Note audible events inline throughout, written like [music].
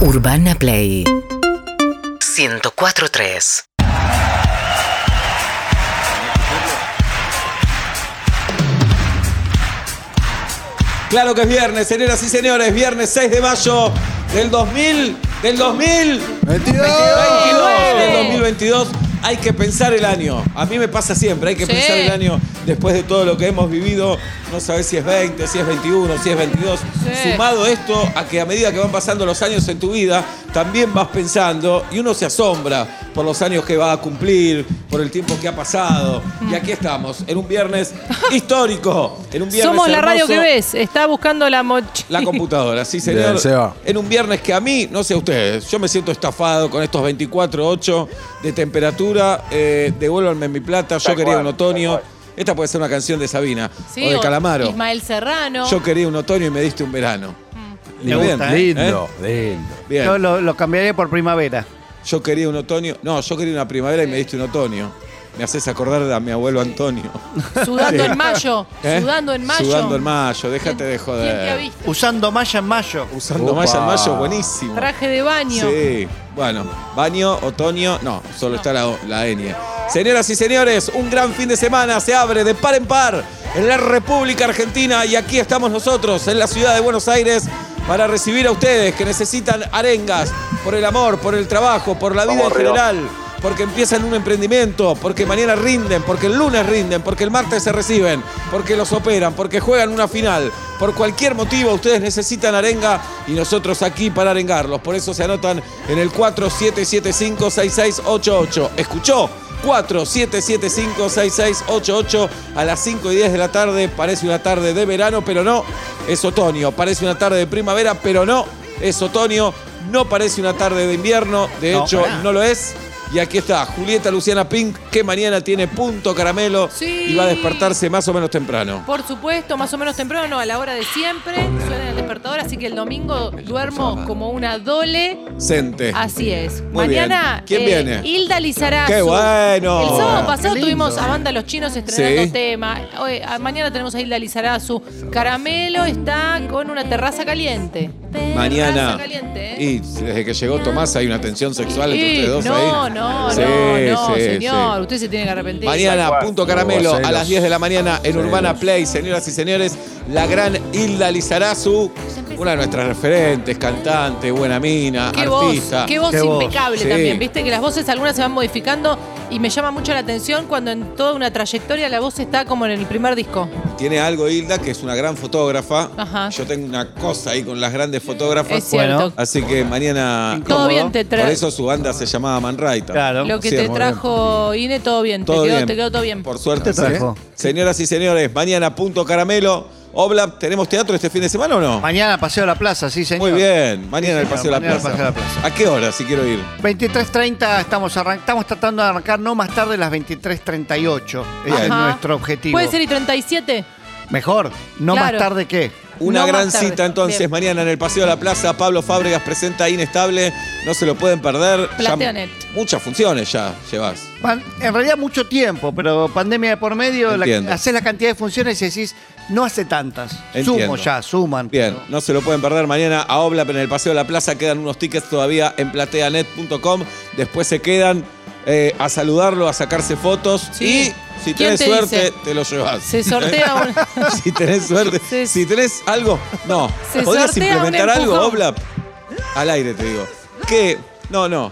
Urbana Play 104.3 Claro que es viernes, señoras y señores, viernes 6 de mayo del 2000, del 2000, 22, del 2022. Hay que pensar el año. A mí me pasa siempre, hay que Sí. pensar el año después de todo lo que hemos vivido. No sabes si es 20, si es 21, si es 22. Sí. Sumado esto a que a medida que van pasando los años en tu vida, también vas pensando y uno se asombra por los años que va a cumplir, por el tiempo que ha pasado. Mm. Y aquí estamos, en un viernes histórico, en un viernes Somos la radio que hermoso. ves. Está buscando la mochila. [laughs] La computadora, sí, señor. Bien, Seba. En un viernes que a mí, no sé a ustedes, yo me siento estafado con estos 24-8 de temperatura. Eh, devuélvanme mi plata, yo quería un otoño. Esta puede ser una canción de Sabina o de Calamaro. Ismael Serrano. Yo quería un otoño y me diste un verano. Me Bien, gusta, ¿eh? Lindo, lindo. Bien. Yo lo, lo cambiaría por primavera. Yo quería un otoño. No, yo quería una primavera y me diste un otoño. Me haces acordar a mi abuelo Antonio. Sudando en mayo. [laughs] ¿Eh? Sudando en mayo. Sudando en mayo, déjate de ¿Quién te ha joder. visto? Usando malla en mayo. Usando Opa. malla en mayo, buenísimo. Traje de baño. Sí, bueno, baño, otoño, no, solo está la, la ñ. Señoras y señores, un gran fin de semana se abre de par en par en la República Argentina y aquí estamos nosotros en la ciudad de Buenos Aires para recibir a ustedes que necesitan arengas por el amor, por el trabajo, por la vida en general. Porque empiezan un emprendimiento, porque mañana rinden, porque el lunes rinden, porque el martes se reciben, porque los operan, porque juegan una final. Por cualquier motivo ustedes necesitan arenga y nosotros aquí para arengarlos. Por eso se anotan en el 4775-6688. ¿Escuchó? 4775-6688 a las 5 y 10 de la tarde. Parece una tarde de verano, pero no. Es otoño. Parece una tarde de primavera, pero no. Es otoño. No parece una tarde de invierno. De No, hecho, pará. no lo es. Y aquí está Julieta Luciana Pink, que mañana tiene punto caramelo Sí. y va a despertarse más o menos temprano. Por supuesto, más o menos temprano, a la hora de siempre. Suena el despertador, así que el domingo duermo como una dole. Sente. Así es. Muy bien. Mañana, eh, ¿Quién viene? Hilda Lizarazu. ¡Qué bueno! El sábado pasado Qué lindo. tuvimos a Banda Los Chinos estrenando Oh, Sí. tema. Hoy- a- mañana tenemos a Hilda Lizarazu. Caramelo está con una terraza caliente. Terraza Mañana. caliente, ¿eh? Y desde que llegó Tomás hay una tensión sexual entre Y- ustedes dos no, ahí. no, Sí, no, no, sí, señor. sí. Usted se tiene que arrepentir. Mañana, punto caramelo, a Celos. las 10 de la mañana en Urbana Play, señoras y señores, la gran Hilda Lizarazu, una de nuestras referentes, cantante, buena mina, Qué voz, artista. qué voz Qué voz. impecable Sí. también. Viste que las voces algunas se van modificando y me llama mucho la atención cuando en toda una trayectoria la voz está como en el primer disco. Tiene algo Hilda, que es una gran fotógrafa. Ajá. Yo tengo una cosa ahí con las grandes fotógrafas. Ah. Es cierto. Bueno. Así que mañana... Todo incómodo. bien te Por trae. eso su banda se llamaba Manraita. Claro. Lo que Sí, te muy trajo Ine, todo bien. Todo te, quedó, bien. te quedó todo bien. Por suerte. Te trajo. ¿sí? Señoras y señores, mañana punto caramelo. Obla, ¿tenemos teatro este fin de semana o no? Mañana paseo a la plaza, sí, señor. Muy bien, mañana Sí, el Paseo de la señor, mañana el Plaza. Paseo de la Plaza. ¿A qué hora si quiero ir? 23.30 estamos, arran- estamos tratando de arrancar no más tarde las 23.38. Ese es Bien. nuestro objetivo. Puede ser y 37. Mejor, no Claro. más tarde que. Una No, gran más tarde. cita entonces, Bien. mañana en el Paseo de la Plaza, Pablo Fábregas presenta Inestable, no se lo pueden perder. Ya Plateanet. muchas funciones ya llevas. Pan- en realidad mucho tiempo, pero pandemia de por medio, Entiendo. la, haces la cantidad de funciones y decís, no hace tantas. Entiendo. Sumo ya, suman. Bien, no se lo pueden perder mañana a Obla en el Paseo de la Plaza. Quedan unos tickets todavía en plateanet.com. Después se quedan eh, a saludarlo, a sacarse fotos. Sí. Y si ¿Quién tenés te suerte, dice? te lo llevas. Se sortea [laughs] un, si tenés suerte. Se- Si tenés algo. No. Se ¿Podrías sortea un implementar algo, empujón. Oblap? Al aire te digo. Que. No, no.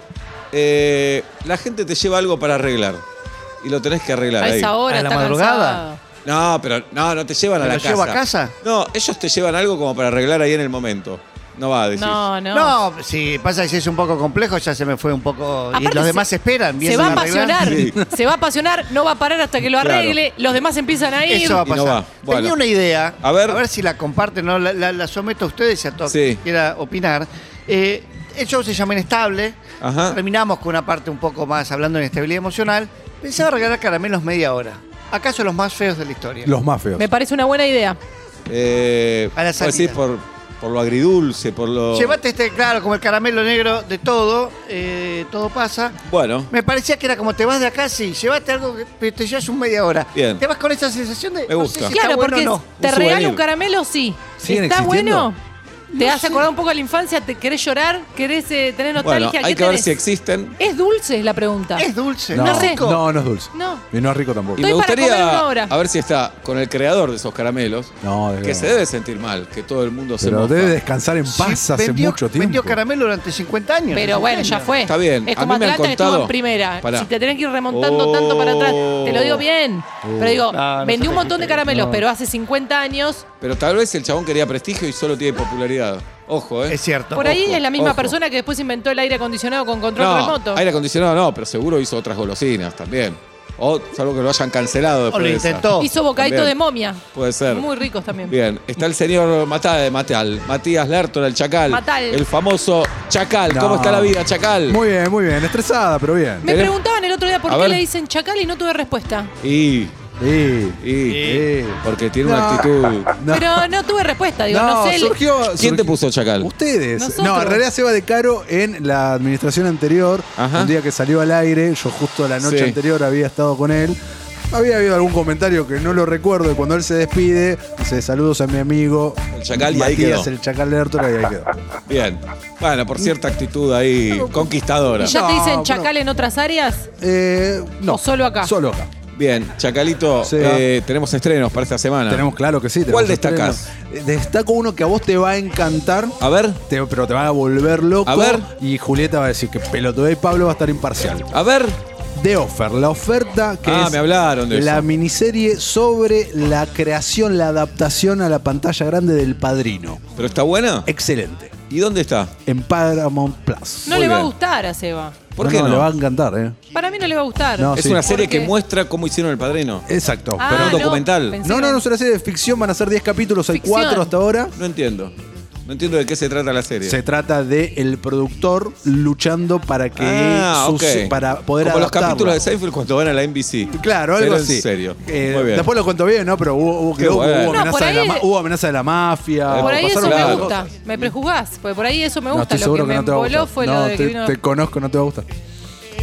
Eh, la gente te lleva algo para arreglar. Y lo tenés que arreglar. a ahí. esa hora. ¿A la está madrugada? cansado. No, pero no, no te llevan a ¿Te la lo casa. llevo a casa? No, ellos te llevan algo como para arreglar ahí en el momento. No va a decir. No, no. No, si pasa que si es un poco complejo, ya se me fue un poco. y Aparte los se- demás esperan. Se vienen va a arreglar. apasionar. Sí. Se va a apasionar, no va a parar hasta que lo Claro. arregle. Los demás empiezan a ir. Eso va a Y no pasar. va. Bueno. Tenía una idea, A ver. si la comparten, ¿no? la, la- la someto a ustedes y a todos Sí. que quiera opinar. Eh, el show se llama Inestable. Ajá. Terminamos con una parte un poco más hablando de inestabilidad emocional. Pensaba regalar caramelos media hora. ¿Acaso los más feos de la historia? Los más feos. Me parece una buena idea. Eh, A la vos salida. decís por, por lo agridulce, por lo. Llévate este, claro, como el caramelo negro de todo, eh, todo pasa. Bueno, Me parecía que era como te vas de acá, sí, llévate algo que pero te llevas un media hora. Bien. Te vas con esa sensación de. Me gusta. No sé si Claro, está bueno porque o no. te Un regala souvenir. un caramelo, sí. ¿Siguen ¿Está existiendo? bueno? ¿Te has acordado un poco de la infancia? ¿Te querés llorar? ¿Querés eh, tener nostalgia? Bueno, hay ¿Qué que ver tenés? si existen. ¿Es dulce? Es la pregunta. Es dulce, No, no, es rico. no, no es dulce. No. Y no es rico tampoco. Y Estoy me para comer gustaría una hora. a ver si está con el creador de esos caramelos, No, de que verdad. se debe sentir mal, que todo el mundo se Pero mofa. debe descansar en paz Sí, hace vendió- mucho tiempo. Vendió caramelo durante 50 años. Pero bueno, ya fue. Está bien, Es a como mí me han Atlanta que estuvo contado- en primera. Pará. Si te tenés que ir remontando Oh. tanto para atrás, te lo digo bien. Pero digo, No, no vendí se un te montón de quite. caramelos, No. pero hace 50 años. Pero tal vez el chabón quería prestigio y solo tiene popularidad. Ojo, ¿eh? Es cierto. Por ahí ojo, es la misma ojo. persona que después inventó el aire acondicionado con control remoto. No, aire acondicionado no, pero seguro hizo otras golosinas también. O salvo que lo hayan cancelado O después lo de esa. intentó. Hizo bocadito También. de momia. Puede ser. Muy ricos también. Bien, está el señor Matal, Matal, Matías Lertora, el Chacal. Matal. El famoso Chacal. No. ¿Cómo está la vida, Chacal? Muy bien, muy bien. Estresada, pero bien. Me ¿Tenés? preguntaban el otro día por A qué ver. le dicen chacal y no tuve respuesta. Y, Sí. y, Sí. porque tiene una No. actitud. No. Pero no tuve respuesta. Digo, no, sé. el- surgió, ¿Quién te surgió- puso Chacal? Ustedes. Nosotros. No, en realidad se va de caro en la administración anterior. Ajá. Un día que salió al aire, yo justo la noche Sí. anterior había estado con él. Había habido algún comentario que no lo recuerdo y cuando él se despide, dice saludos a mi amigo El chacal, y ahí Matías, quedó. el chacal de Arturo, y ahí [laughs] quedó. Bien. Bueno, por cierta actitud ahí conquistadora. ¿Y ya No, te dicen pero- chacal en otras áreas? Eh, no. ¿O solo acá? Solo acá. Bien, Chacalito, Sí. eh, tenemos estrenos para esta semana. Tenemos claro que sí. ¿Cuál tenemos destacás? estrenos. Eh, Destaco uno que a vos te va a encantar. A ver, te- pero te va a volver loco. A ver. Y Julieta va a decir que pelotudo y Pablo va a estar imparcial. a ver. The Offer, la oferta que Ah, es me hablaron de la eso. miniserie sobre la creación, la adaptación a la pantalla grande del Padrino. ¿Pero está buena? Excelente. ¿Y dónde está? En Paramount Plus. No Muy le va a bien. gustar a Seba. ¿Por qué no? Le va a encantar, ¿eh? Para mí no le va a gustar. No, Es sí. una serie que Porque- muestra cómo hicieron el padrino. Exacto. Ah, pero un no, documental. pensé No, que- no, no es una serie de ficción, van a ser 10 capítulos, hay Ficción. 4 hasta ahora. No entiendo. No entiendo de qué se trata la serie. Se trata de el productor luchando para que ah, su- ok. para poder Como los adaptarla. capítulos de Seinfeld cuando van a la NBC. Claro, algo Pero así. en serio. Eh, Muy bien. Después lo cuento bien, ¿no? Pero hubo, hubo- Qué hubo bueno. Eh, amenaza No, por de la, ahí- ma- hubo amenaza de la mafia. Por ahí eso pasaron me varias gusta, cosas. me prejugás, porque por ahí eso me No, gusta. estoy lo que, seguro que, me no te va a voló gustar. fue no, lo de te, que vino. te conozco, no te va a gustar.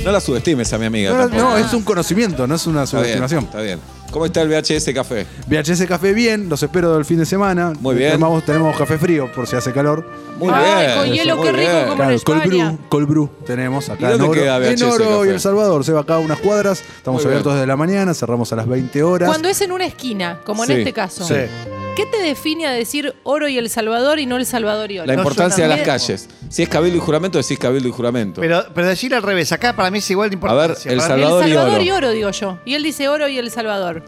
No la subestimes a mi amiga. No, tampoco. no, es un conocimiento, no es una está bien, subestimación. está bien. ¿Cómo está el VHS Café? VHS Café bien, los espero el fin de semana. Muy bien. Tenemos, tenemos café frío por si hace calor. Muy Ay, bien. con hielo, muy qué rico bien. como- en cold España. brew, cold brew tenemos ¿Y acá dónde en Oro, queda VHS en Oro y Café? El Salvador. Se va acá a unas cuadras, estamos Muy bien. abiertos desde la mañana, cerramos a las 20 horas. Cuando es en una esquina, como Sí, en este caso, Sí. ¿qué te define a decir oro y El Salvador y no El Salvador y oro? La importancia de las Bien. calles. Si es cabildo y juramento, decís cabildo y juramento. Pero, pero decir al revés, acá para mí es igual de importante. El para El Salvador- mí- Salvador, y y, oro. oro. digo yo. Y él dice oro y El Salvador.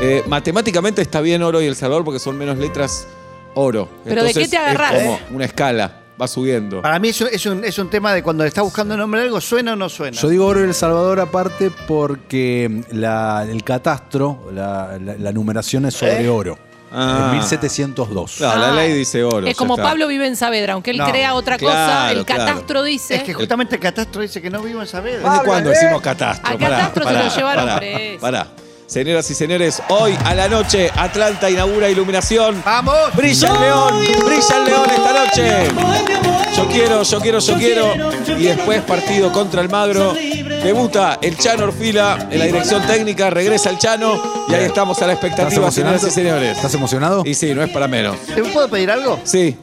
Eh, matemáticamente está bien oro y el salvador porque son menos letras oro. Pero ¿de qué te agarrás? Es como una escala, va subiendo. para mí es un, es, un, es un tema de cuando le está buscando nombre a algo, suena o no suena. Yo digo Oro y El Salvador aparte porque la- el catastro, la, la- la numeración es sobre oro. ¿Eh? Ah. En 1702. No, la Ah. ley dice oro. ya es como está. Pablo vive en Saavedra, aunque él No, crea otra claro, cosa, el claro. catastro dice. es que justamente el catastro dice que no vivo en Saavedra. ¿Desde cuándo decimos catastro? A catastro se lo llevaron preso. pará. Señoras y señores, hoy a la noche Atlanta inaugura iluminación. ¡Vamos! Brilla el león, brilla el león esta noche. Yo quiero, yo quiero, yo quiero. Y después partido contra Almagro. Debuta el Chano Orfila en la dirección técnica, regresa el Chano y ahí estamos a la expectativa, emocionado? señoras y señores. ¿Estás emocionado? Y sí, no es para menos. ¿Te puedo pedir algo? Sí,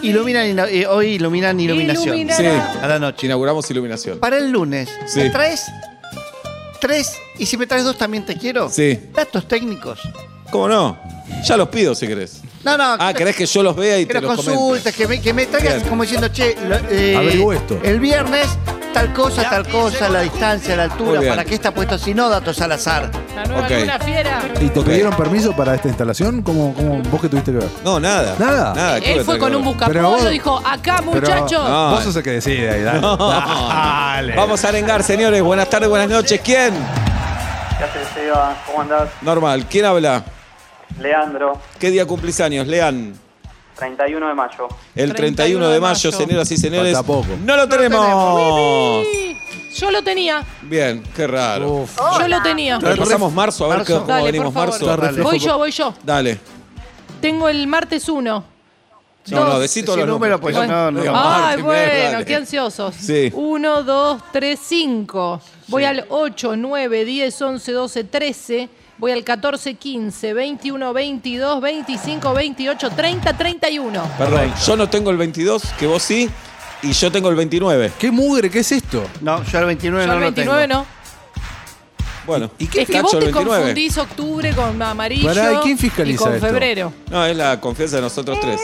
Iluminan, ina- eh, hoy iluminan iluminación. Iluminar. sí. A la noche. Inauguramos iluminación. Para el lunes, Sí. ¿me traes tres? Y si me traes dos también te quiero. Sí. Datos técnicos. ¿Cómo no? Ya los pido si querés. No, no. Ah, que- ¿querés que yo los vea y que te los los comente? consultes, que me, que me traigas Bien. como diciendo, che, lo- eh, Averigüe esto. el viernes tal cosa, tal cosa, la distancia, la altura, Muy bien. para qué está puesto, si no datos al azar. La nueva Ok. luna fiera. ¿Y te pidieron permiso para esta instalación? ¿Cómo, cómo vos que tuviste que ver? No, nada. Nada. Nada. ¿qué voy Él a fue tener con que un ver? Pero buscapollo, vos- dijo, acá Pero muchachos. No. eh. Vos sos el que decide. ahí, Dale. Dale. Vamos a arengar, señores. Buenas tardes, buenas noches. ¿Quién? ¿Qué haces, Seba? ¿Cómo andás? Normal. ¿Quién habla? Leandro, ¿Qué día cumplís años? Lean. 31 de mayo. El 31 de mayo, señoras y señores. Falta poco. No lo tenemos. Sí, Yo lo tenía, Bien, qué raro. Uf, yo lo tenía. Repasamos marzo, a ver Marzo. qué- cómo Dale, por venimos favor. marzo. Dale. Voy yo, voy yo. Dale. Tengo el martes 1. No, no, decí todos Si los número, números. pues no, no. Digamos, [laughs] Ay, martes, miércoles, bueno, eh, dale. qué ansiosos. Sí. 1, 2, 3, 5. Voy al 8, 9, 10, 11, 12, 13. Voy al 14, 15, 21, 22, 25, 28, 30, 31. Perdón, yo no tengo el 22, que vos sí, y yo tengo el 29. ¿Qué mugre? ¿Qué es esto? No, yo al 29 Yo al no 29 lo tengo. no. Bueno, ¿Y Es que Cacho, vos te el 29. confundís octubre con amarillo Pará, ¿y quién fiscaliza y con esto? febrero. No, es la confianza de nosotros tres.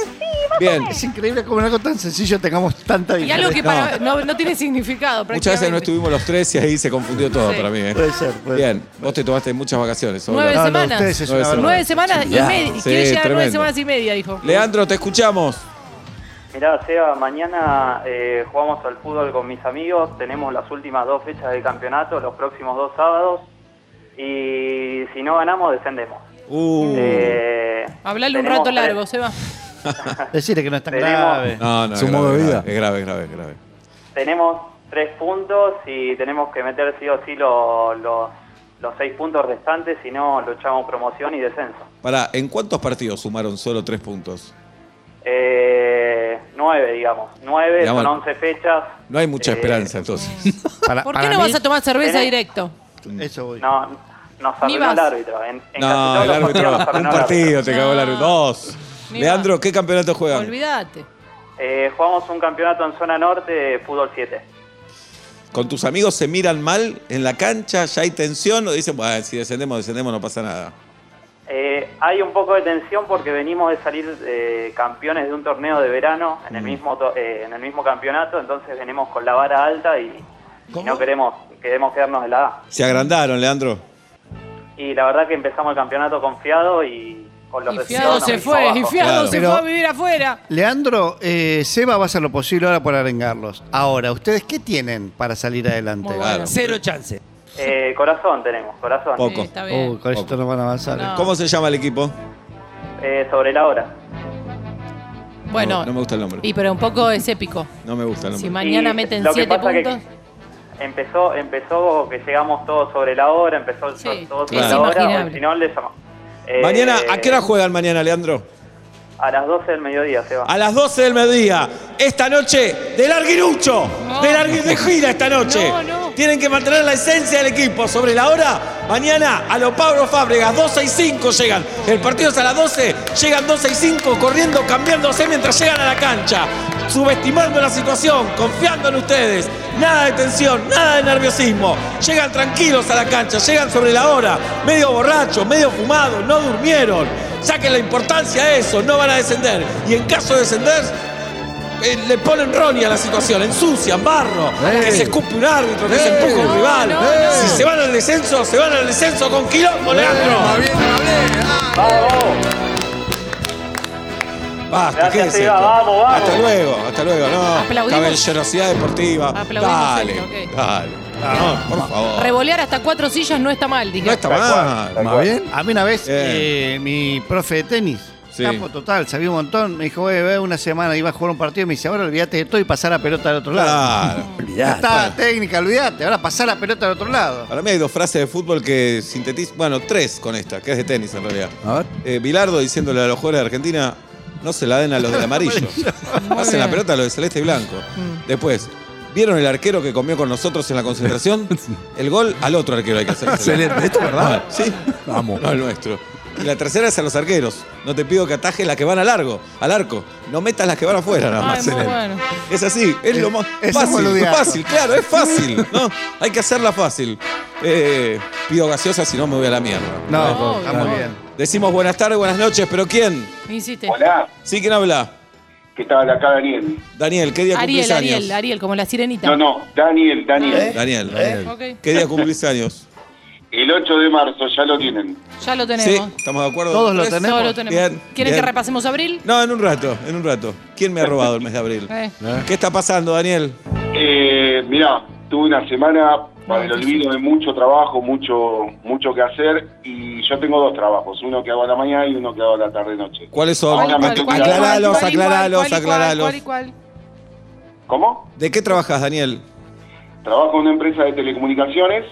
Bien, Es increíble como en algo tan sencillo tengamos [laughs] tanta Y diferencia. algo que para- no. no tiene significado muchas veces no prácticamente. estuvimos los tres y ahí se confundió todo Sí. para mí. ¿eh? Puede ser, puede Bien, vos te tomaste muchas vacaciones. Pablo. Nueve No, no, semanas. ustedes es una Nueve vergüenza. Nueve semanas y Ya. media. Sí, Quiere llegar a nueve tremendo. semanas y media, dijo. Leandro, te escuchamos. Mirá, Seba, mañana eh, jugamos al fútbol con mis amigos. Tenemos las últimas dos fechas del campeonato, los próximos dos sábados. Y si no ganamos, descendemos. Uh. Eh, Hablale un tenemos rato tres- largo, Seba. Decirle que no es tan Tenemos- grave. No, no, es Su modo grave, de es vida. grave, Es grave, es grave, es grave. Tenemos tres puntos y tenemos que meter sí o sí lo- los- los seis puntos restantes, si no luchamos promoción y descenso. Pará, ¿en cuántos partidos sumaron solo tres puntos? Eh, nueve, digamos. Nueve, Digamos, son once fechas. No hay mucha Eh, esperanza, entonces. Para- ¿Por qué para no mí- vas a tomar cerveza Tenés- directo? Eso voy. No, nos arruinó vas. el árbitro. En, en casi No, todos el los árbitro. partidos nos Un arruinó el partido árbitro. te cagó el árbitro. No. Dos. Ni Leandro, más. ¿qué campeonato juegan? Olvídate. Eh, jugamos un campeonato en zona norte de fútbol 7. ¿Con tus amigos se miran mal en la cancha? ¿Ya hay tensión? ¿O dicen, bueno, si descendemos, descendemos, no pasa nada? Eh, hay un poco de tensión porque venimos de salir eh, campeones de un torneo de verano en Mm. el mismo to- eh, en el mismo campeonato, entonces venimos con la vara alta y, y ¿Cómo? no queremos queremos quedarnos en la A. ¿Se agrandaron, Leandro? Y la verdad que empezamos el campeonato confiado y con los Y resultados fiado nos se vinimos fue, abajo. y fiado Claro. se Pero- fue a vivir afuera. Leandro, eh, Seba va a hacer lo posible ahora por arengarlos. Ahora, ¿ustedes qué tienen para salir adelante? Muy Claro. Cero chance. Uh, Eh, corazón tenemos, corazón. Poco. Sí, está bien. Uy, con esto no van a avanzar. No. ¿Cómo se llama el equipo? Eh, sobre la hora. bueno, No, no me gusta el nombre. y pero un poco es épico. No me gusta el Si nombre. mañana Y meten lo que siete pasa que puntos, Empezó, empezó que llegamos todos sobre la hora, empezó Sí, todos es sobre la hora, o imaginable. si no le llamamos. Eh, Mañana, ¿a qué hora juegan mañana, Leandro? A las 12 del mediodía se va. A las 12 del mediodía, esta noche, de larguirucho, No. de, largui- de gira esta noche. No, no. Tienen que mantener la esencia del equipo sobre la hora. Mañana a los Pablo Fábregas, 12 y 5 llegan. El partido es a las 12, llegan 12 y 5 corriendo, cambiándose mientras llegan a la cancha. Subestimando la situación, confiando en ustedes. Nada de tensión, nada de nerviosismo. Llegan tranquilos a la cancha, llegan sobre la hora, medio borrachos, medio fumados, no durmieron. Saquen la importancia a eso, no van a descender. Y en caso de descender, eh, le ponen Ronnie a la situación, ensucian, barro, ¡Ey! que se escupe un árbitro, que se ¡Ey! empuja un No, rival. no, no. Si se van al descenso, se van al descenso con quilombo, Leandro. ¡Vamos! Basta, Gracias, ¿qué es Seba, esto? vamos, vamos. Hasta luego, hasta luego, no. Aplaudimos. Caballerosidad deportiva. Aplaudimos dale, esto, ok. dale. No, por favor. revolear hasta cuatro sillas no está mal, dije. No está mal. ¿Más bien? A mí una vez, Bien. eh, mi profe de tenis, Sí. campo total, sabía un montón, me dijo, "Eh, ve una semana, iba a jugar un partido, y me dice, ahora olvídate de todo y pasar la pelota al otro lado. Claro. Ya está, técnica, olvídate, ahora pasar la pelota al otro lado. Para mí hay dos frases de fútbol que sintetizan, bueno, tres con esta, que es de tenis en realidad. A ver. Eh, Bilardo diciéndole a los jugadores de Argentina, no se la den a los de amarillo. Hacen la bien. pelota a los de celeste y blanco. Después, ¿vieron el arquero que comió con nosotros en la concentración? El gol al otro arquero hay que hacer. Excelente. ¿Esto es verdad? Sí. Vamos. No al nuestro. Y la tercera es a los arqueros. No te pido que atajes las que van al largo, al arco. No metas las que van afuera nada Ay, más. muy Celeste. bueno. Es así, es lo más es fácil, boludear. fácil, claro, es fácil, ¿no? Hay que hacerla fácil. Eh, pido gaseosa, si no me voy a la mierda. No, No, está no. muy bien. Decimos buenas tardes, buenas noches, pero ¿quién? Insiste. Hola, Sí, ¿quién habla? ¿qué tal acá Daniel? Daniel, ¿qué día cumplís años? Ariel, ¿Eh? Ariel, Ariel, como la sirenita. No, no, Daniel, Daniel. ¿Eh? Daniel, Ok, ¿qué día [laughs] cumplís años? El 8 de marzo ya lo tienen. ya lo Sí, tenemos. ¿estamos de acuerdo? Todos lo ¿Tres? tenemos. Todo lo tenemos. Bien, ¿Quieren bien. que repasemos abril? No, en un rato, en un rato. ¿Quién me ha robado el mes de [laughs] abril? Eh. ¿Qué está pasando, Daniel? Eh, mirá, tuve una semana para el olvido de mucho trabajo, mucho mucho que hacer y yo tengo dos trabajos, uno que hago a la mañana y uno que hago a la tarde-noche. ¿Cuáles son? ¿Cuál, cuál, Ac- cuál, aclaralos, cuál, aclaralos, aclaralos. ¿Cómo? ¿De qué trabajas, Daniel? Trabajo en una empresa de telecomunicaciones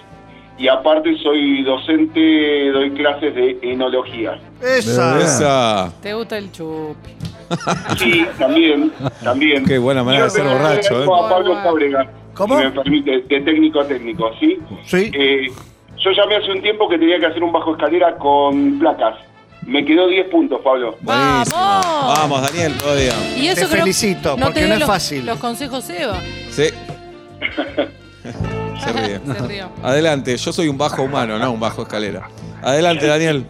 y aparte soy docente, doy clases de enología. Esa. Esa. ¿Te gusta el chupi? Sí, también, también. Qué buena manera de ser Yo borracho, agradezco ¿eh? A Pablo Fábregas, ¿Cómo? si me permite, de técnico a técnico, ¿sí? Sí. Eh, Yo llamé hace un tiempo que tenía que hacer un bajo escalera con placas. Me quedó 10 puntos, Pablo. ¡Vamos! Vamos, Daniel, todavía. Y Te creo- felicito, porque dio no es los- fácil. Los consejos Eva. [laughs] Sí. Se ríe. Se rió. Adelante, yo soy un bajo humano, no un bajo escalera. Adelante, Daniel.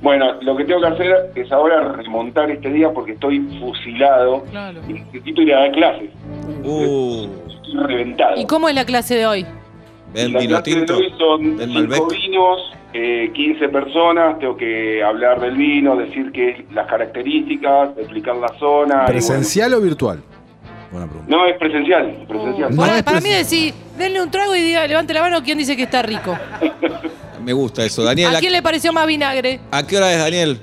Bueno, lo que tengo que hacer es ahora remontar este día porque estoy fusilado. Claro. Y Necesito ir a dar clases. Uh, Estoy reventado. ¿Y cómo es la clase de hoy? ven La vino clase de tinto. hoy son Ven cinco Malbec. vinos, eh, 15 personas, tengo que hablar del vino, decir que las características, explicar la zona. y ¿Presencial o virtual? Buena bueno. pregunta. No, es presencial, presencial. No Para, es para presen- mí decir, denle un trago y diga, levante la mano quién dice que está rico. Me gusta eso. Daniel, ¿A ¿a, quién le pareció más vinagre? a qué hora es, Daniel?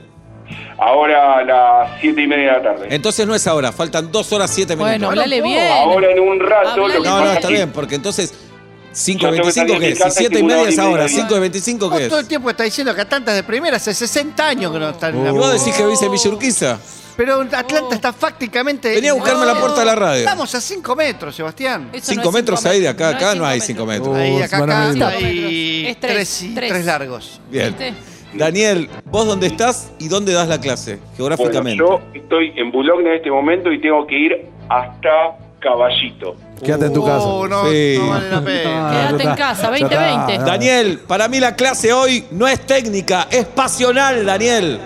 Ahora a las 7 y media de la tarde. Entonces no es ahora, faltan dos horas siete minutos. Bueno, hablale bien. Ahora en un rato Hablale. lo que no, no, pasa está es- bien, porque entonces Yo tengo que 5.25 salir de qué mi es, si casa 7 y en una media hora es y media. ahora, 5.25 Vos qué todo el es. tiempo está diciendo que Atlanta es de primera, hace 60 años que no está en Uh. Y la vos decís que vivís en Villurquiza. Pero Atlanta está prácticamente. Vení a buscarme a la puerta de la radio. Estamos a 5 metros, Sebastián. Eso no 5 es metros cinco ahí de acá, no es acá no hay 5 metros. Ahí, Oh, acá, semana acá, media. hay Es tres, tres, y- tres. tres largos. Bien. ¿Viste? Daniel, ¿vos dónde estás y dónde das la clase? Bueno, Geográficamente. yo estoy en Boulogne en este momento y tengo que ir hasta Caballito. Quédate Uh, en tu casa. Oh, no, Sí. no vale [laughs] la pena. Ah, ya Quédate en está, casa, ya está, 20-20. no. Daniel, para mí la clase hoy no es técnica, es pasional, Daniel.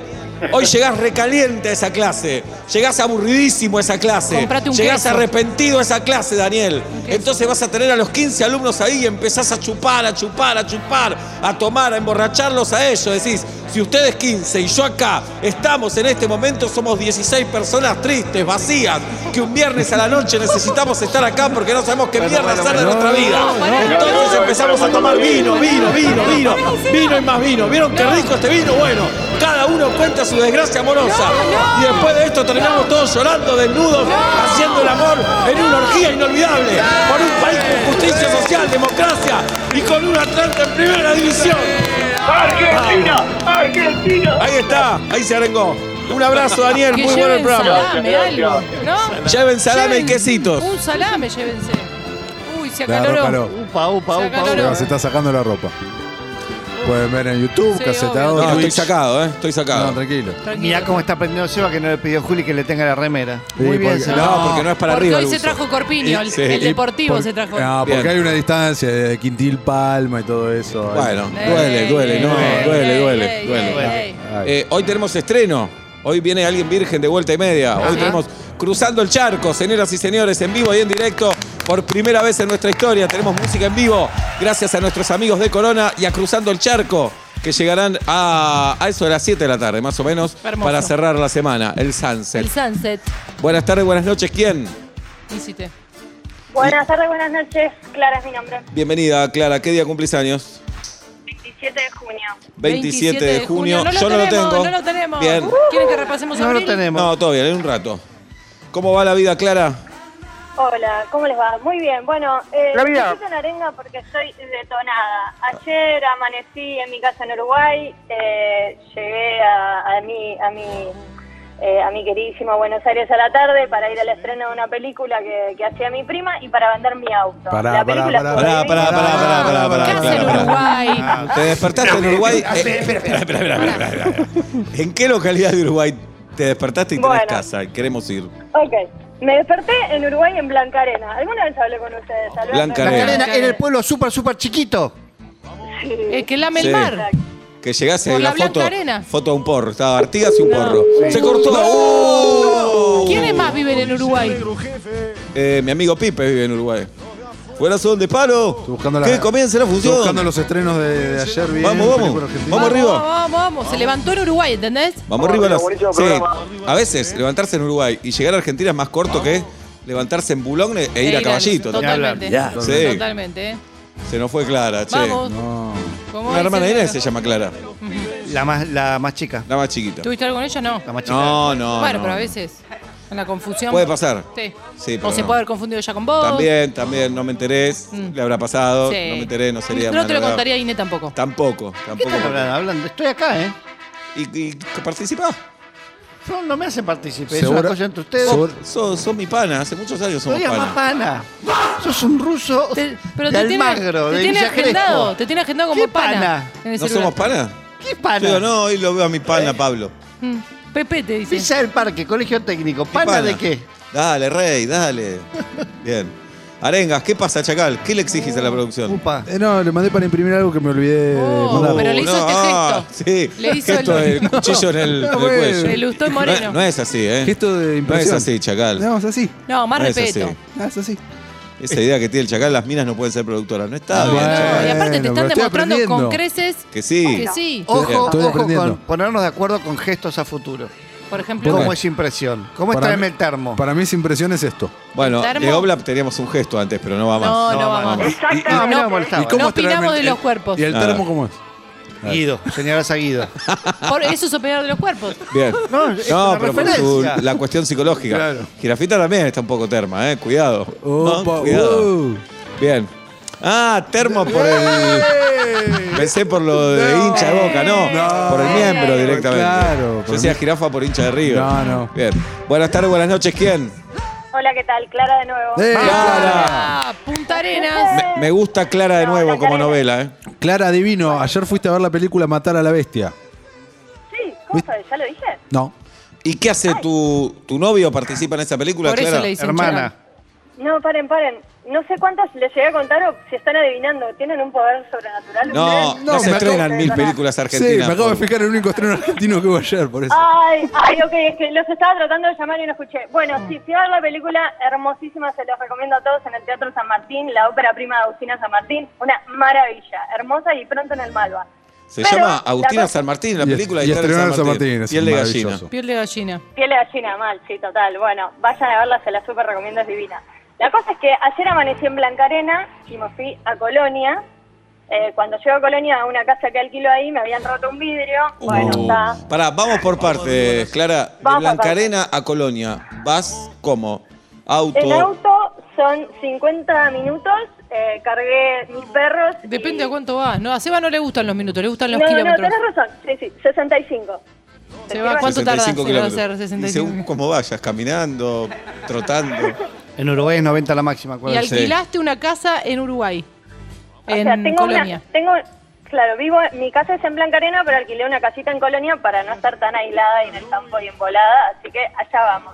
Hoy llegás recaliente a esa clase, llegás aburridísimo a esa clase, Comprate un llegás queso. arrepentido a esa clase, Daniel. queso. Entonces vas a tener a los 15 alumnos ahí y empezás a chupar, a chupar, a chupar, a tomar, a emborracharlos a ellos. Decís, si ustedes 15 y yo acá estamos en este momento, somos 16 personas tristes, vacías, que un viernes a la noche necesitamos estar acá porque no sabemos qué mierda hacer bueno, de nuestra bueno, vida. bueno, Entonces bueno, empezamos a bueno, tomar bueno, vino, bueno, vino, vino, vino, bueno, bueno, vino y más vino. ¿Vieron qué rico este vino? Bueno, cada uno cuenta su desgracia amorosa. No, no. Y después de esto terminamos todos llorando, desnudos, haciendo el amor en una orgía inolvidable. Por un país con justicia social, democracia y con un Atlanta en primera división. Ah. ¡Argentina! ¡Argentina! Ahí está, ahí se arengó. Un abrazo, Daniel, Que muy bueno el lleven programa. salame, Gracias, algo. gracias. ¿No? Lleven salame y Lleven quesitos. Un salame, llévense. Uy, se La acaloró. arrópalo. Upa, upa, Se upa, acaloró. upa. Se está sacando la ropa. Pueden ver en YouTube, Sí, Casetado, obvio. No, estoy Twitch. sacado, ¿eh? Estoy No, sacado. tranquilo. Mirá cómo está aprendiendo Seba que no le pidió Juli que le tenga la remera. Sí, Muy bien, porque- Seba. No, porque no es para Porque arriba. hoy el se buzo. trajo Corpiño, el, Sí. Ah, el deportivo Por- se trajo. No, porque Bien. hay una distancia de Quintil Palma y todo eso. Bueno, Ahí. Ey, duele, duele, no, ey, duele, ey, duele, ey, duele. ey, ey. Ay. Eh, hoy tenemos estreno. Hoy viene alguien virgen de vuelta y media. Hoy Ajá. tenemos Cruzando el Charco, señoras y señores, en vivo y en directo. Por primera vez en nuestra historia tenemos música en vivo. Gracias a nuestros amigos de Corona y a Cruzando el Charco, que llegarán a, a eso de las 7 de la tarde, más o menos, Hermoso. para cerrar la semana, el Sunset. El sunset. buenas tardes, buenas noches. ¿Quién? Visite. Buenas tardes, buenas noches. Clara es mi nombre. Bienvenida, Clara. ¿Qué día cumplís años? 27 de junio. 27, de junio. No lo Yo tenemos, no lo tengo. No lo tenemos. Bien. ¿Quieren que repasemos No lo abril? tenemos. No, todo bien, en un rato. ¿Cómo va la vida, Clara? Hola, ¿cómo les va? Muy bien. Bueno, eh, La vida. necesito una arenga porque estoy detonada. Ayer amanecí en mi casa en Uruguay. eh, llegué a, a mi, a, mi, eh, a mi queridísimo Buenos Aires a la tarde para ir al estreno de una película que, que hacía mi prima y para vender mi auto. Pará, la pará, película pará, Pará, pará, pará, pará, pará, pará, ¿Qué hace Clara, en pará. Uruguay? Te despertaste en Uruguay. eh, espera, espera, espera, espera. ¿En qué localidad de Uruguay te despertaste y tenés Bueno. casa? Queremos ir. Ok. Me desperté en Uruguay en Blanca Arena. ¿Alguna vez hablé con ustedes? Alberto? Blanca La Arena. cadena era el pueblo súper, súper chiquito. Sí. El Eh, que lame Sí. el mar. Que llegase Por la, la Blanca foto, Arena. foto a un porro. Estaba Artigas y un porro. Se cortó. ¡Oh! ¿Quiénes más viven en Uruguay? Eh, mi amigo Pipe vive en Uruguay. Fuera son de palo. Estoy buscando la- que comience la Estoy función. buscando los estrenos de, de ayer. Bien, Vamos, vamos. películas argentinas. Vamos arriba. Vamos, vamos. Se levantó en Uruguay, ¿entendés? Vamos arriba. las- buenísimo Sí, programa. A veces levantarse en Uruguay y llegar a Argentina es más corto que levantarse en Boulogne e ir a caballito. ¿no? Totalmente. Ya. Sí. Totalmente, ¿eh? Se nos fue Clara, che. Vamos. Como Una hermana de dicen- Inés se llama Clara, La más, la más chica. la más chiquita. ¿Tuviste algo con ella? No. La más chica. No, no. bueno, no. pero a veces, en la confusión. Puede pasar. Sí. Sí, pero o se no. puede haber confundido ella con vos. También, también, no me enteré. Le habrá pasado. Sí. No me enteré, no sería. No te lo malo, contaría Inés tampoco. Tampoco, ¿Qué tampoco. están hablando? Hablando- Estoy acá, ¿eh? ¿Y, y participá? No, no me hacen partícipe, es Seguro- una cosa entre ustedes. seguro- Son, son mi pana, hace muchos años somos Todavía más pana. pana. Sos un ruso Te- pero de te tiene, Almagro, te de tiene Villa agendado, Crespo. te tiene agendado como ¿Qué pana? en el ¿No celular. somos pana? ¿Qué pana? Yo digo, no, hoy lo ¿Eh? veo a mi pana, Pablo. Mm, Pepe te dice. Pisa del parque, colegio técnico. Mi ¿Pana, de qué? Dale, rey, dale. Bien. Arengas, ¿qué pasa, Chacal? ¿Qué le exigís a la producción? Upa. Eh, no, le mandé para imprimir algo que me olvidé de Oh, mandar. pero le hizo este ah, gesto. Sí, [laughs] Le hizo gesto [laughs] el- del cuchillo en el, en el bueno. cuello. El Lustó y No- Moreno. No, es así, ¿eh? Gesto de no es impresión. así, Chacal. No, es así. No, más No es respeto. así. No, es así. Esa idea que tiene el Chacal, las minas no pueden ser productoras. No está No, bien, bueno. no, Chacal. Ah, y aparte te Bueno, pero están estoy demostrando con aprendiendo. creces Que sí. que sí. Ojo, Estoy ojo aprendiendo. con ponernos de acuerdo con gestos a futuro. Por ejemplo, ¿Cómo es impresión? ¿Cómo es Para traerme mí- el termo? Para mí, esa impresión es esto. Bueno, ¿El termo? de Oblap teníamos un gesto antes, pero no va más. no, no, No, vamos. vamos. Y- y- No, a mí no me No, molestaba. ¿Y cómo No es traer opinamos el- de los cuerpos. [laughs] ¿Y el Nada. termo cómo es? Guido, señalas a Guido. Por eso es opinar de los cuerpos. Bien. No, es una pero por referencia. su- la cuestión psicológica. Claro. Girafita también está un poco terma, ¿eh? Cuidado. Opa, Ah, cuidado. uh. Bien. Ah, termo por el. Pensé por lo de No. hincha de boca, no. No. Por el miembro directamente. Claro, por Yo decía mí. jirafa por hincha de River. No, no. Bien. Buenas tardes, buenas noches, ¿quién? Hola, ¿qué tal? Clara de nuevo. ¡Eh! Clara. Ah, Punta Arenas. Me, me gusta Clara de No, nuevo la como Clara. novela, ¿eh? Clara Divino, ayer fuiste a ver la película Matar a la Bestia. Sí, ¿cómo sabes? ¿Ya lo dije? No. ¿Y qué hace tu, tu novio? ¿Participa en esa película, Por eso Clara? le dicen Hermana. No, paren, paren. No sé cuántas les llegué a contar o si están adivinando. ¿Tienen un poder sobrenatural? No, no, ustedes? se me acabo- estrenan mil películas sí, argentinas. me acabo de por- fijar en el único estreno argentino que hubo ayer, por eso. Ay, ay, ok, es que los estaba tratando de llamar y no escuché. Bueno, sí, si ver la película, hermosísima, se los recomiendo a todos en el Teatro San Martín, la ópera prima de Agustina San Martín, una maravilla, hermosa y pronto en el Malva. Se Pero llama la Agustina cosa- San Martín, la Y- película de y Italia estrenaron San Martín, es Piel de gallina. maravilloso. Piel de gallina. Piel de gallina, mal, sí, total. Bueno, vayan a verla, se la súper recomiendo, es divina. La cosa es que ayer amanecí en Blancarena y me fui a Colonia. Eh, cuando llego a Colonia, a una casa que alquilo ahí, me habían roto un vidrio. Bueno, está. Pará, vamos por partes, Clara. De Vamos por Blancarena a Colonia. ¿Vas cómo? Auto. En auto son 50 minutos, eh, cargué mis perros. y- Depende de cuánto vas. No, a Seba no le gustan los minutos, le gustan los No, no, kilómetros. tenés razón. Sí, sí, 65. Se va, ¿cuánto tardas 65 en kilómetros. hacer Y 65? según cómo vayas, caminando, trotando. En Uruguay es 90 la máxima. Y acuérdense. alquilaste una casa en Uruguay, O en sea, tengo Colonia. una. Tengo, claro, vivo. Mi casa es en Blanca Arena, pero alquilé una casita en Colonia para no estar tan aislada y en el campo y en volada. Así que allá vamos.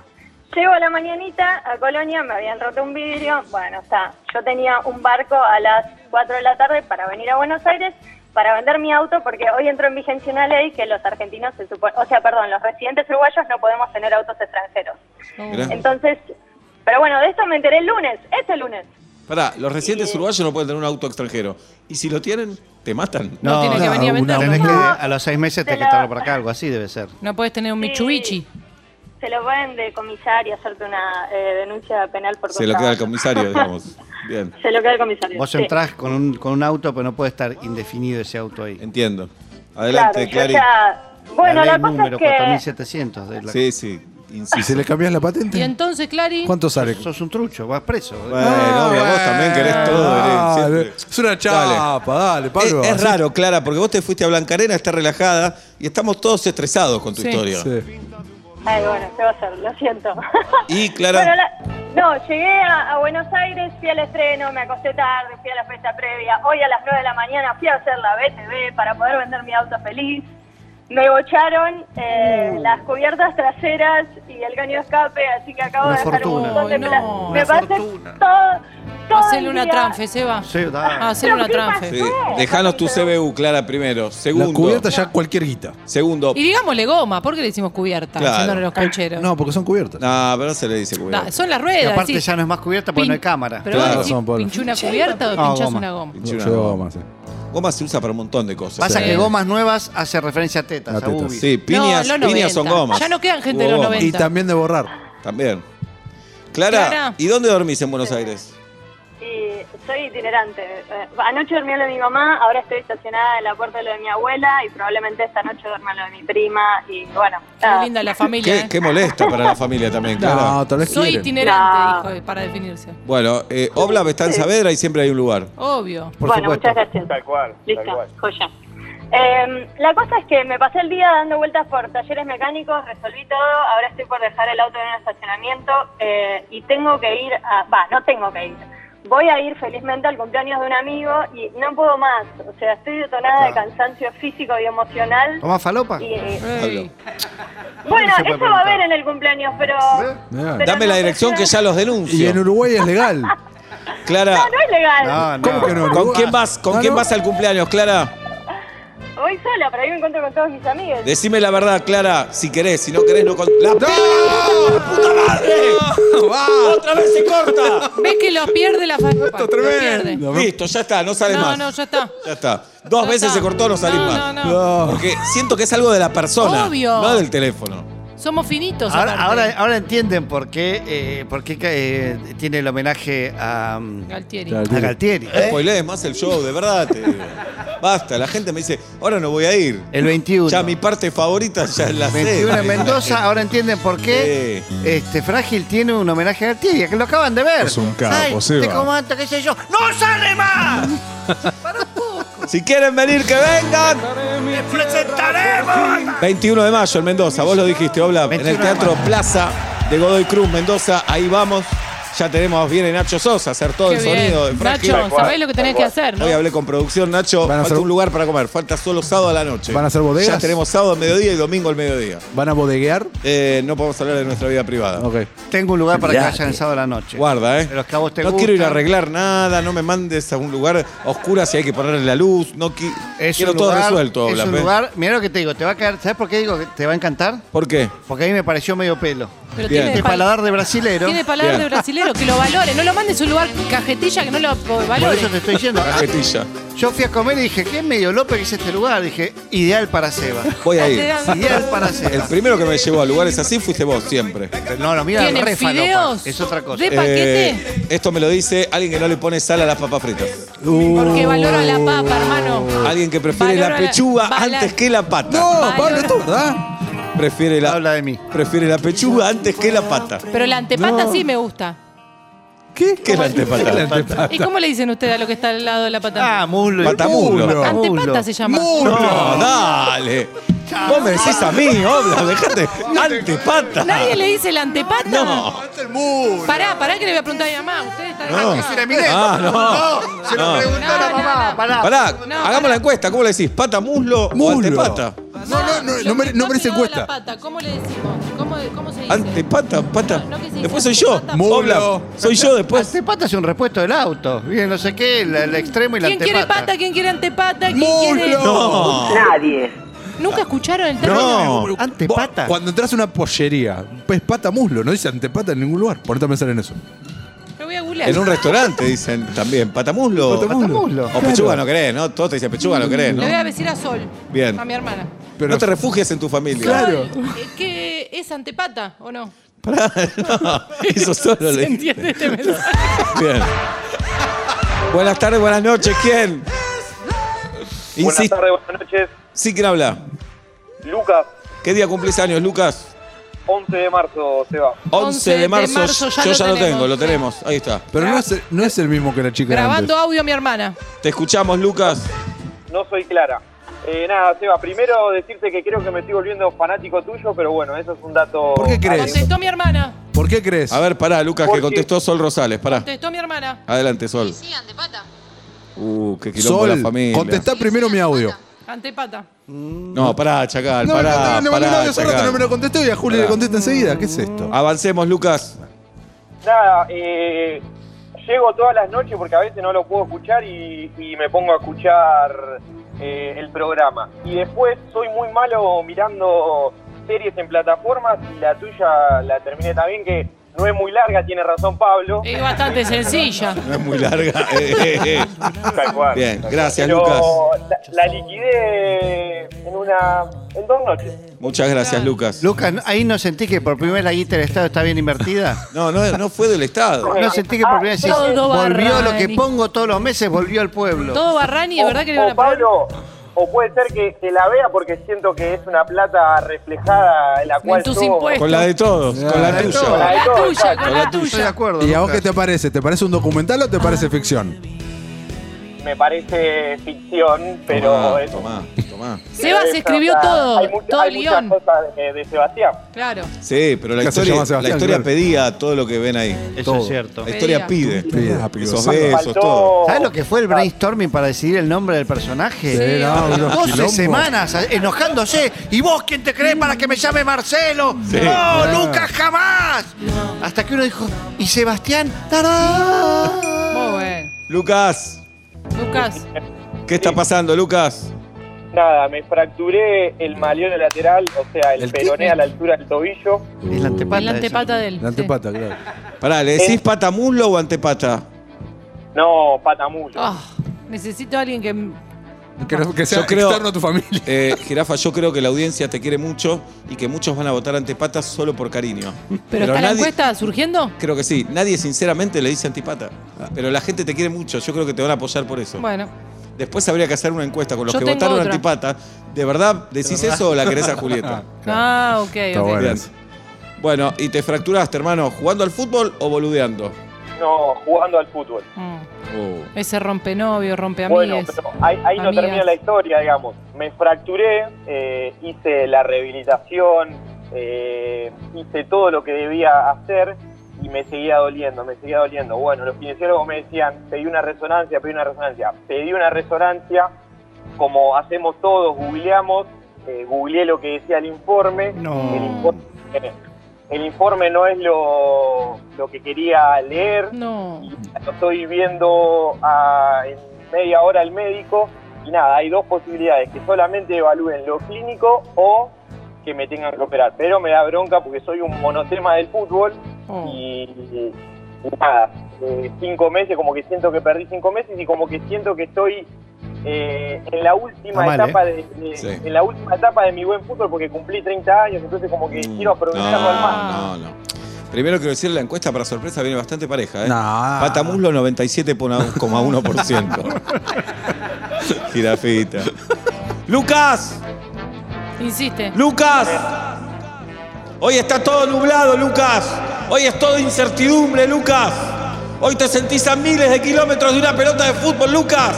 Llego a la mañanita a Colonia, me habían roto un vidrio. Bueno, está. Yo tenía un barco a las 4 de la tarde para venir a Buenos Aires para vender mi auto porque hoy entró en vigencia una ley que los argentinos se supone, o sea, perdón, los residentes uruguayos no podemos tener autos extranjeros. Mirá. Entonces, pero bueno, de esto me enteré el lunes, este lunes. Pará, los residentes uruguayos no pueden tener un auto extranjero. Y si lo tienen, te matan. No, tiene que no, venir a una- venderlo. Tenés que, No. a los seis meses tenés que estarlo por acá, algo así debe ser. No puedes tener un Sí. Mitsubishi. Se lo pueden decomisar y hacerte una eh, denuncia penal por Se lo queda el contrabando. [laughs] comisario, [laughs] digamos. Bien, Se lo queda el comisario. Vos sí. entrás con un, con un auto, pero no puede estar indefinido ese auto ahí. entiendo. Claro, Adelante, yo Clary. ya- Bueno, la la, ley cosa número es que 4700 de la Sí, sí, ¿Y si [laughs] insisto. le cambias la patente? Y entonces, Clari, ¿Cuánto sale? Sos un trucho, vas preso. Bueno, obvio, vos también querés todo. Dale, querés- siempre. Es una chapa, dale, Es, Pablo. es así- raro, Clara, porque vos te fuiste a Blancarena, está relajada y estamos todos estresados con tu Sí. historia. Sí. Ay, bueno, ¿qué va a hacer? Lo siento. Y, Clara- Bueno, la- No, llegué a, a Buenos Aires, fui al estreno, me acosté tarde, fui a la fiesta previa. Hoy a las 9 de la mañana fui a hacer la BTV para poder vender mi auto feliz. Me bocharon Mm. eh, las cubiertas traseras y el caño de escape, así que acabo Una de dejar fortuna. un montón de Ay, no, plata. una Me pasé fortuna. todo, todo el hacele una día- tranfe, Seba. Sí, da. Hacele Ah, una ¿qué tranfe. Sí. Dejanos tu CBU, Clara, primero. La Segundo. cubierta ya cualquier guita. Segundo. Y digámosle goma, ¿por qué le decimos cubierta? Claro. Haciéndole los cancheros. No, porque son cubiertas. No, pero no se le dice cubierta. Nah, son las Y ruedas. aparte decís, ya no es más cubierta porque pin- no hay cámara. Pero Claro. vos decís, Razón, Pablo. ¿pinchás una cubierta o No, pinchás goma. una goma? Pinché una Yo, goma. vamos a hacer. Goma se usa para un montón de cosas. Pasa Sí. que gomas nuevas hace referencia a tetas, A a tetas. boobies. Sí, piñas, No, los piñas son 90. gomas. Ya no quedan Hubo gente de los gomas. 90. Y también de borrar. También. Clara, Clara. ¿y dónde dormís en Buenos Aires? Sí, soy itinerante. Eh, Anoche dormí en lo de mi mamá, ahora estoy estacionada en la puerta de lo de mi abuela y probablemente esta noche duerma en lo de mi prima y bueno. nada. Qué linda la familia. Qué, ¿eh? qué molesta para la familia también, Clara. No, tal vez Soy quieren. itinerante, No. dijo, para definirse. Bueno, eh, Oblab está en Saavedra y siempre hay un lugar. Obvio. Por bueno, supuesto. muchas gracias. Tal cual, tal Listo, cual. joya. Eh, la cosa es que me pasé el día dando vueltas por talleres mecánicos, resolví todo, ahora estoy por dejar el auto en un estacionamiento eh, y tengo que ir a... Va, no tengo que ir. Voy a ir felizmente al cumpleaños de un amigo y no puedo más. O sea, estoy detonada de cansancio físico y emocional. ¿Toma falopa? Y, eh, Pablo. bueno, se puede eso va a preguntar. haber en el cumpleaños, pero... ¿Eh? Mirá. pero Dame la no sé dirección si- que ya los Y denuncio. en Uruguay es legal. [laughs] Clara, No, no es legal. No, no. ¿Cómo que no? ¿con Uruguay- quién vas? ¿Con No, quién no. vas al cumpleaños, Clara? Voy sola, pero ahí me encuentro con todos mis amigos. Decime la verdad, Clara, si querés, si no querés no con la puta madre. Otra vez se corta. [laughs] ¿Ves que los pierde la fa- Lo pierde. tremendo. Listo, ya está, no sale No, más. no, ya está. Ya está. Dos Ya veces está. se cortó, no salís No, más. no, no. No. Porque siento que es algo de la persona, Obvio. no del teléfono. Somos finitos. Ahora, aparte. ahora, ahora entienden por qué, eh, por qué eh, tiene el homenaje a, um, a Galtieri. Claro. Galtieri. Spoilees más el show, de verdad, te digo. Basta, la gente me dice, ahora no voy a ir. El 21. Ya mi parte favorita ya la sé. 21 en Mendoza, ahora entienden por qué Sí. este Frágil tiene un homenaje a Galtieri, que lo acaban de ver. Es un capo, Ay, Seba. Te comando, qué sé yo. ¡No sale más! Para un poco. Si quieren venir, que vengan. ¡Presentaremos! 21 de mayo en Mendoza, vos lo dijiste, Obla, en 21 el de Teatro mayo. Plaza de Godoy Cruz, Mendoza, ahí vamos. Ya tenemos, viene Nacho Sosa, hacer todo Qué el bien. sonido de Frágil. Nacho, sabés lo que tenés que hacer, ¿no? Hoy hablé con producción, Nacho, Van a falta hacer- un lugar para comer, falta solo sábado a la noche. ¿Van a hacer bodegas? Ya tenemos sábado al mediodía y domingo al mediodía. ¿Van a bodeguear? Eh, no podemos hablar de nuestra vida privada. Ok. Tengo un lugar para que vayan el sábado a la noche. Guarda, ¿eh? De los que a vos te no quiero ir a gustan. arreglar nada, no me mandes a un lugar oscuro si hay que ponerle la luz. No qui- Es quiero un todo lugar, resuelto, Es Obla, un ¿eh? lugar, mira lo que te digo, te va a caer. ¿Sabes por qué digo que te va a encantar? ¿Por qué? Porque a mí me pareció medio pelo. Pero Bien. tiene El pal- paladar de brasilero. Tiene palabras Bien. de brasilero, que lo valore. No lo mandes a un lugar cajetilla que no lo Por valore. eso te estoy diciendo. Cajetilla. Yo fui a comer y dije, ¿qué medio López que es este lugar? Dije, ideal para Seba. Voy a ir. [laughs] Ideal para El Seba. primero que me llevó a lugares así fuiste vos, siempre. No, no, mira, ¿Tiene re falopa. fideos? Es otra cosa. ¿De paquete? Eh, esto me lo dice alguien que no le pone sal a las papas fritas. Oh. Porque valora la papa, hermano. Alguien que prefiere Valora la la- pechuga Valora- antes que la pata. No, Valora- Pablo, esto es verdad. Prefiere la, Habla de mí. prefiere la pechuga antes que la pata. Pero la antepata sí me gusta. ¿Qué? ¿Qué es la antepata? [laughs] ¿Y cómo le dicen ustedes a lo que está al lado de la pata? Ah, muslo. y- Patamulo. Muslo. antepata se llama. No, dale. Vos me decís a mí, obla, dejate. Antepata. ¿Nadie le dice la antepata? No. Pará, pará que le voy a preguntar a mi mamá. ¿Ustedes están No. Es una milanesa. Ah, no. Se lo No. preguntaron a No, no, mamá. no. Pará. Pará, No, hagamos la encuesta. ¿Cómo le decís? ¿Pata, muslo, o Muslo. antepata? No, no, no, no, mere- no merece pegado la encuesta. pata, ¿Cómo le decimos? ¿Cómo, cómo se dice? Antepata, pata. No, no, que se dice Después soy yo. antepata. Muslo. Obla, soy yo después. Antepata es un repuesto del auto. Bien, no sé qué, el, el extremo y la ¿Quién quiere antepata. pata? ¿Quién quiere antepata? ¿Quién quiere...? ¡Muslo! No. Nadie. ¿Nunca escucharon el término? No. Antepata. Cuando entras a una pollería, es pata muslo, no dice antepata en ningún lugar. Ponete a pensar en eso. Lo voy a googlear. En un restaurante dicen también, patamuslo. Patamuslo. O pechuga no querés, ¿no? Todos te dicen pechuga no querés, ¿no? Le voy a decir a Sol. Bien. A mi hermana. no te refugies en tu familia. Claro. Eh, ¿Qué es antepata o no? Pará, no, [laughs] eso solo le dije. ¿Entiendes este mensaje? Bien. Buenas tardes, buenas noches, ¿quién? Buenas Insisto. tardes, buenas noches. Sí, ¿quién habla? Lucas, ¿Qué día cumplís años, Lucas? 11 de marzo, se va. 11, de de marzo, marzo, ya yo lo ya lo tengo, tenemos. lo tenemos. Ahí está. Pero no es, no es el mismo que la chica de Grabando audio a mi hermana. Te escuchamos, Lucas. No soy clara. Eh, nada, Seba, primero decirte que creo que me estoy volviendo fanático tuyo, pero bueno, eso es un dato. ¿Por qué crees? Contestó mi hermana. antes. ¿Por qué crees? A ver, pará, Lucas, que Porque- contestó Sol Rosales. Pará. Contestó mi hermana. Adelante, Sol. Sí, antepata. Uh, qué quilombo la Sol, familia. contestá primero mi audio. Antepata. No, pará, chacal, No, pará, no, no, no, pará, no, no, chacal. no me lo contestó y a Julio Pará. le contesta enseguida. ¿Qué es esto? [laughs] Avancemos, Lucas. Nada, eh, llego todas las noches porque a veces no lo puedo escuchar y, y me pongo a escuchar eh, el programa. Y después soy muy malo mirando series en plataformas y la tuya la terminé también que no es muy larga, tiene razón Pablo. Es bastante sencilla. No es [laughs] muy larga. Eh, eh, eh. [laughs] Tal cual. Bien, gracias, Pero Lucas. La, la liquidé en una en dos noches. Muchas gracias, Lucas. Lucas, ¿ahí no sentí que por primera vez la guita del Estado está bien invertida? [laughs] No, no, no fue del Estado. No sentí que por primera vez decís, Todo volvió lo Barrani. que pongo todos los meses, volvió al pueblo. Todo Barrani, de verdad que le o van a pagar. Pablo, o puede ser que, que la vea porque siento que es una plata reflejada en la cual tus yo- impuestos. Con la de todos, con la de Con tuya. la de La todos, tuya, exacto. con la Estoy de tuya. acuerdo. ¿Y a vos Lucas. qué te parece? ¿Te parece un documental o te parece ficción? me parece ficción, pero Tomá, es- tomá, tomá. Sebas es- escribió o sea, todo, hay mucha- todo el hay muchas guión. cosas de, de Sebastián. Claro. Sí, pero la ¿Qué hace historia, llamar Sebastián, la historia claro? pedía todo lo que ven ahí. Eso Todo. es cierto. La historia pide. Pedía. Pide, Esos pide. besos, todo. Faltó. ¿Sabes lo que fue el brainstorming para decidir el nombre del personaje? Sí, no, unos 12 quilombos. semanas a- enojándose. ¿Y vos quién te crees para que me llame Marcelo? ¡No, nunca jamás! Hasta que uno dijo, ¿y Sebastián? ¡Tarán! Muy bueno. Lucas, Lucas, ¿qué está pasando, Lucas? Nada, me fracturé el maleolo lateral, o sea, el, ¿El qué? peroné a la altura del tobillo. Es la antepata. el antepata de él. La antepata, claro. Pará, ¿le decís Eh. pata muslo o antepata? No, patamulo. Ah, necesito a alguien que. Que, no- que sea Yo creo- externo a tu familia. Eh, Jirafa, yo creo que la audiencia te quiere mucho y que muchos van a votar antepata solo por cariño. ¿Pero, está la nadie- encuesta surgiendo? Creo que sí. Nadie sinceramente le dice antipata. Pero la gente te quiere mucho. Yo creo que te van a apoyar por eso. Bueno. Después habría que hacer una encuesta con los Yo que tengo votaron otra. antipata. ¿De verdad decís eso o la querés a Julieta? Ah, [laughs] ok, Está ok. bueno. Bien. Bueno, y te fracturaste, hermano, jugando al fútbol o boludeando. Uh, No, jugando al fútbol. Mm. Ese rompe novio, rompe Bueno, amigues. pero ahí, ahí no Amigas. termina la historia, digamos. Me fracturé, eh, hice la rehabilitación, eh, hice todo lo que debía hacer y me seguía doliendo, me seguía doliendo. Bueno, los kinesiólogos me decían, pedí una resonancia, pedí una resonancia, pedí una resonancia, como hacemos todos, googleamos, eh, googleé lo que decía el informe. No. El informe, el informe no es lo, lo que quería leer No. lo estoy viendo a- en media hora al médico y nada, hay dos posibilidades, que solamente evalúen lo clínico o que me tengan que operar. Pero me da bronca porque soy un monotema del fútbol Oh. y, y nada, eh, cinco meses, como que siento que perdí cinco meses y como que siento que estoy eh, en la última Está mal, ¿eh? etapa de, de- Sí. en la última etapa de mi buen fútbol porque cumplí 30 años, entonces como que Mm. Ah. quiero aprovecharlo al máximo. Ah. No, no, no. Primero quiero decir, la encuesta para sorpresa viene bastante pareja. ¿eh? No. Pata muslo [laughs] 97,1%. [laughs] Girafita. ¡Lucas! Insiste. ¡Lucas! Hoy está todo nublado, Lucas. Hoy es todo incertidumbre, Lucas. Hoy te sentís a miles de kilómetros de una pelota de fútbol, Lucas.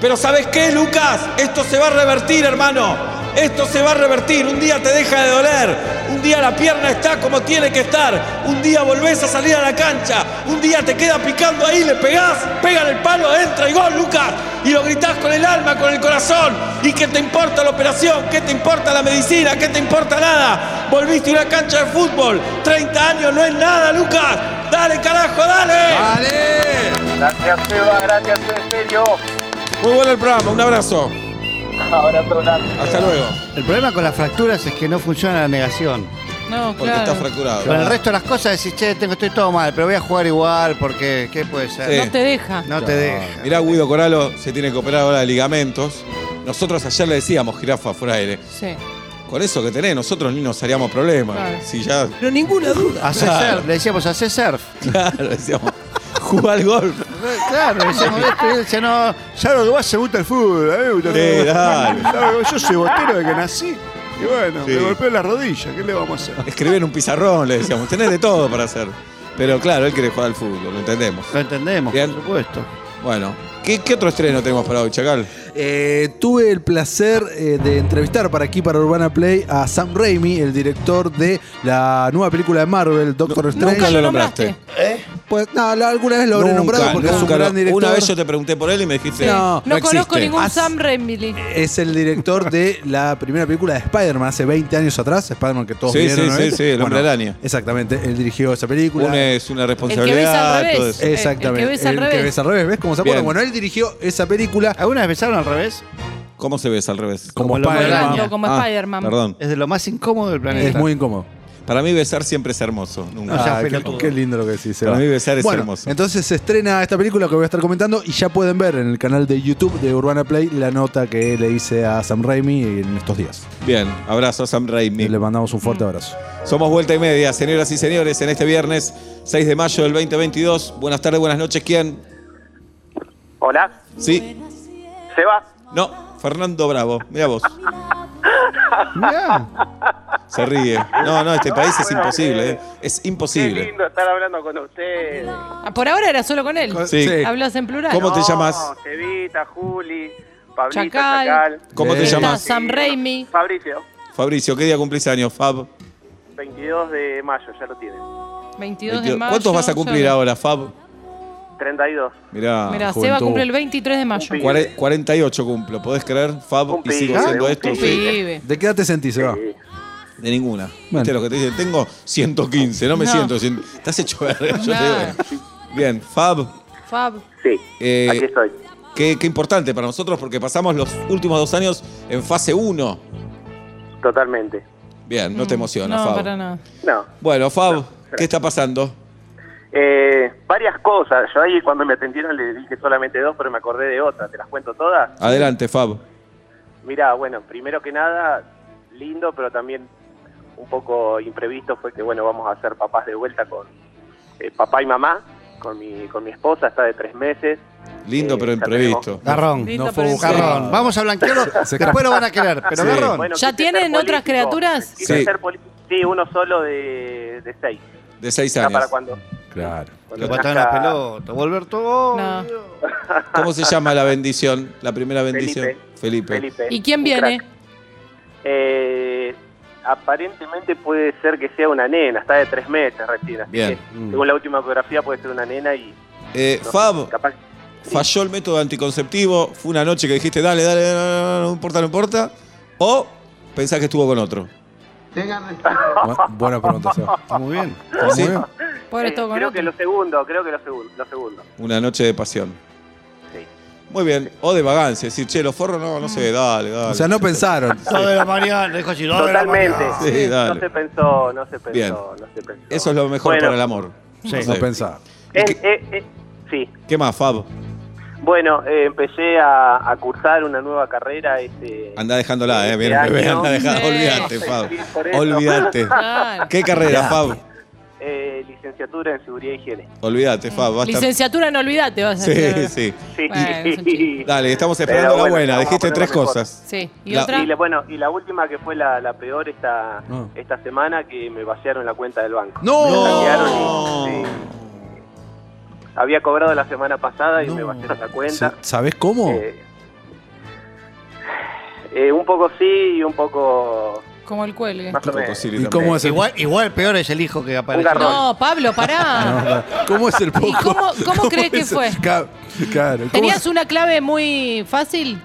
Pero ¿sabes qué, Lucas? Esto se va a revertir, hermano. Esto se va a revertir. Un día te deja de doler. Un día la pierna está como tiene que estar. Un día volvés a salir a la cancha. Un día te queda picando ahí, le pegás, pega en el palo, entra y gol, Lucas. Y lo gritás con el alma, con el corazón. ¿Y qué te importa la operación? ¿Qué te importa la medicina? ¿Qué te importa nada? Volviste a una cancha de fútbol. 30 años no es nada, Lucas. Dale, carajo, dale. Gracias Seba, gracias en [laughs] serio. Muy bueno el programa, un abrazo. Abrazo grande. Hasta luego. El problema con las fracturas es que no funciona la negación. No, Porque estás claro. fracturado. Con el resto de las cosas decís, che, tengo, estoy todo mal, pero voy a jugar igual porque, ¿qué puede ser? Sí. No te deja. No te deja. Mirá, Guido Coralo se tiene que operar ahora de ligamentos. Nosotros ayer le decíamos, jirafa, fuera aire. Sí. Con eso que tenés, nosotros ni nos haríamos problemas. Claro. Si ya. Pero ninguna duda. Hacé Claro. surf, le decíamos, hacé surf. Claro, decíamos, jugar al golf. Eh, Claro, le decíamos, "Este, dice, no, ya lo que más se gusta el fútbol, a mí me gusta el Sí, fútbol". dale. Claro, Yo soy botero de que nací. Y bueno, Sí. me golpeó la rodilla, ¿qué le vamos a hacer? Escribir en un pizarrón, le decíamos, tenés de todo para hacer. Pero claro, él quiere jugar al fútbol, lo entendemos. Lo entendemos, Bien. por supuesto. Bueno, ¿qué, qué otro estreno tenemos para hoy, Chacal? Eh, tuve el placer eh, de entrevistar para aquí, para Urbana Play, a Sam Raimi, el director de la nueva película de Marvel, Doctor Strange. Nunca lo nombraste. nombraste. Pues, no, la- alguna vez lo habré Nunca, nombrado porque es un nunca lo- gran director. Una vez yo te pregunté por él y me dijiste. No, Ah, No, No, conozco existe". ningún As- Sam Raimi. Es el director de la primera película de Spider-Man hace 20 años atrás, Spider-Man que todos Sí, vieron. sí, ¿no sí, es? sí, el hombre araña. Exactamente, él dirigió esa película. Una es una El que ves responsabilidad. al todo revés. eso. El- el Exactamente. que ves al El que revés. ves al revés, ¿ves cómo se acuerda? Bien. Bueno, él dirigió esa película ¿Alguna vez besaron al revés? ¿Cómo se ves al revés? como, Como el hombre Spider-Man. araña. Yo como Ah, Spider-Man. Perdón. Es de lo más incómodo del planeta. Es muy incómodo. Para mí besar siempre es hermoso. Nunca. No, ya Ah, fue qué, loco. qué lindo lo que decís. Seba. Para mí besar es Bueno, hermoso. Entonces se estrena esta película que voy a estar comentando y ya pueden ver en el canal de YouTube de Urbana Play la nota que le hice a Sam Raimi en estos días. Bien, abrazo a Sam Raimi. Le mandamos un fuerte abrazo. Somos Vuelta y Media, señoras y señores, en este viernes 6 de mayo del 2022. Buenas tardes, buenas noches, ¿quién? Hola, Sí, Seba. no, Fernando Bravo, mira vos. Mirá. Se ríe. No, no, este país es Bueno, imposible. eh, ¿eh? Es Qué imposible. lindo estar hablando con ustedes. Ah, Por ahora era solo con él. Sí. Hablas en plural. ¿Cómo te No, llamas? Cevita, Juli, Pablito, Chacal. Chacal. ¿Cómo te Sí. Está llamas? Sam Raimi. Fabricio, Fabricio, ¿qué día cumplís años, Fab? 22 de mayo, ya lo tienen. 22 de 22. mayo. ¿Cuántos vas a cumplir solo. ahora, Fab? 32. Mirá. Mirá, juventud. Seba cumple el 23 de mayo. Un pibe. Cuare- 48 cumplo, ¿podés creer, Fab? Un Y sigo pibe, haciendo un esto. Un pibe. pibe. ¿De qué edad te sentís, Seba? Sí. De ninguna. Bueno. ¿Viste lo que te dicen? Tengo 115, no me No. siento. cien- Estás hecho verga, yo Nah. te digo. Bien, Fab, Fab. Sí, Eh, aquí estoy. qué, qué importante para nosotros porque pasamos los últimos dos años en fase 1. Totalmente. Bien, no te emociona, Mm. No, Fab. para nada. No. Bueno, Fab, ¿qué está pasando? Eh, varias cosas. Yo ahí cuando me atendieron le dije solamente dos, pero me acordé de otra. ¿Te las cuento todas? Adelante, Fab. Mirá, bueno, primero que nada, lindo, pero también un poco imprevisto fue que, bueno, vamos a ser papás de vuelta con eh, papá y mamá, con mi, con mi esposa, está de tres meses. Lindo Eh, pero ya imprevisto. Garrón. Lindo, No fue pero buscado. Garrón. Vamos a blanquearlo. Se Después lo van [laughs] a querer. Pero Sí. garrón. Bueno, ¿Ya quise tienen ser otras político, criaturas? quise Sí. ser poli- sí, uno solo de, de seis. De 6 Ya años. para cuando, Claro. Lo cuando botaron nazca a pelota. Volver todo. No. [laughs] ¿Cómo se llama la bendición? La primera bendición. Felipe. Felipe. ¿Y quién Un viene? crack. Eh, aparentemente puede ser que sea una nena, está de tres meses recién. así Bien. Mm. que, según la última ecografía puede ser una nena y... Eh, no sé, Fab, capaz- falló el método anticonceptivo. Fue una noche que dijiste, dale, dale, no, no, no, no importa, no importa. O pensás que estuvo con otro. [laughs] Bu- Buena pregunta, Seba. Está muy bien. Muy Sí. bien. Pobre Eh, todo con creo otro. que lo segundo, creo que lo segundo, lo segundo. Una noche de pasión. Sí. Muy bien. O de vagancia. Decir, che, los forros no, no sé, dale, dale. Mm. O sea, no pensaron. Todo de la mañana. Dijo así. Todo de la Totalmente. mañana. Sí, Sí, dale. No se pensó, no se pensó, Bien. no se pensó. Eso es lo mejor Bueno, para el amor. Sí. No No sé. pensaron. en- ¿Qué- eh, eh, sí. ¿Qué más, Fab? Bueno, eh, empecé a, a cursar una nueva carrera. Este, Anda dejándola, eh. Este Bien, [laughs] bebé, año. anda dejándola. Sí. Olvídate, Sí, Fab. por eso. Olvídate. Claro. ¿Qué carrera, Fab? eh, licenciatura en seguridad y higiene. Olvídate, Fab. Basta. Licenciatura no olvidate, vas a Sí, decir. sí. Sí. Bueno, es [laughs] un chiste. Dale, estamos esperando Pero la bueno, buena. vamos a Dijiste poner tres lo mejor. cosas. Sí. ¿Y La- otra? Y la, bueno, y la última que fue la, la peor esta, Ah. esta semana que me vaciaron la cuenta del banco. ¡No! Me hackearon y- sí. Había cobrado la semana pasada y me vaciaron la cuenta. ¿Sabés cómo? Eh, eh, un poco sí y un poco Como el cuelgue. más o menos. ¿Y cómo es el Igual, igual peor es el hijo que aparece. garrón. No, Pablo, [laughs] pará. ¿Cómo es el poco? cómo- [laughs] cómo crees que es- fue? Ca- Claro. ¿cómo ¿Tenías es? una clave muy fácil?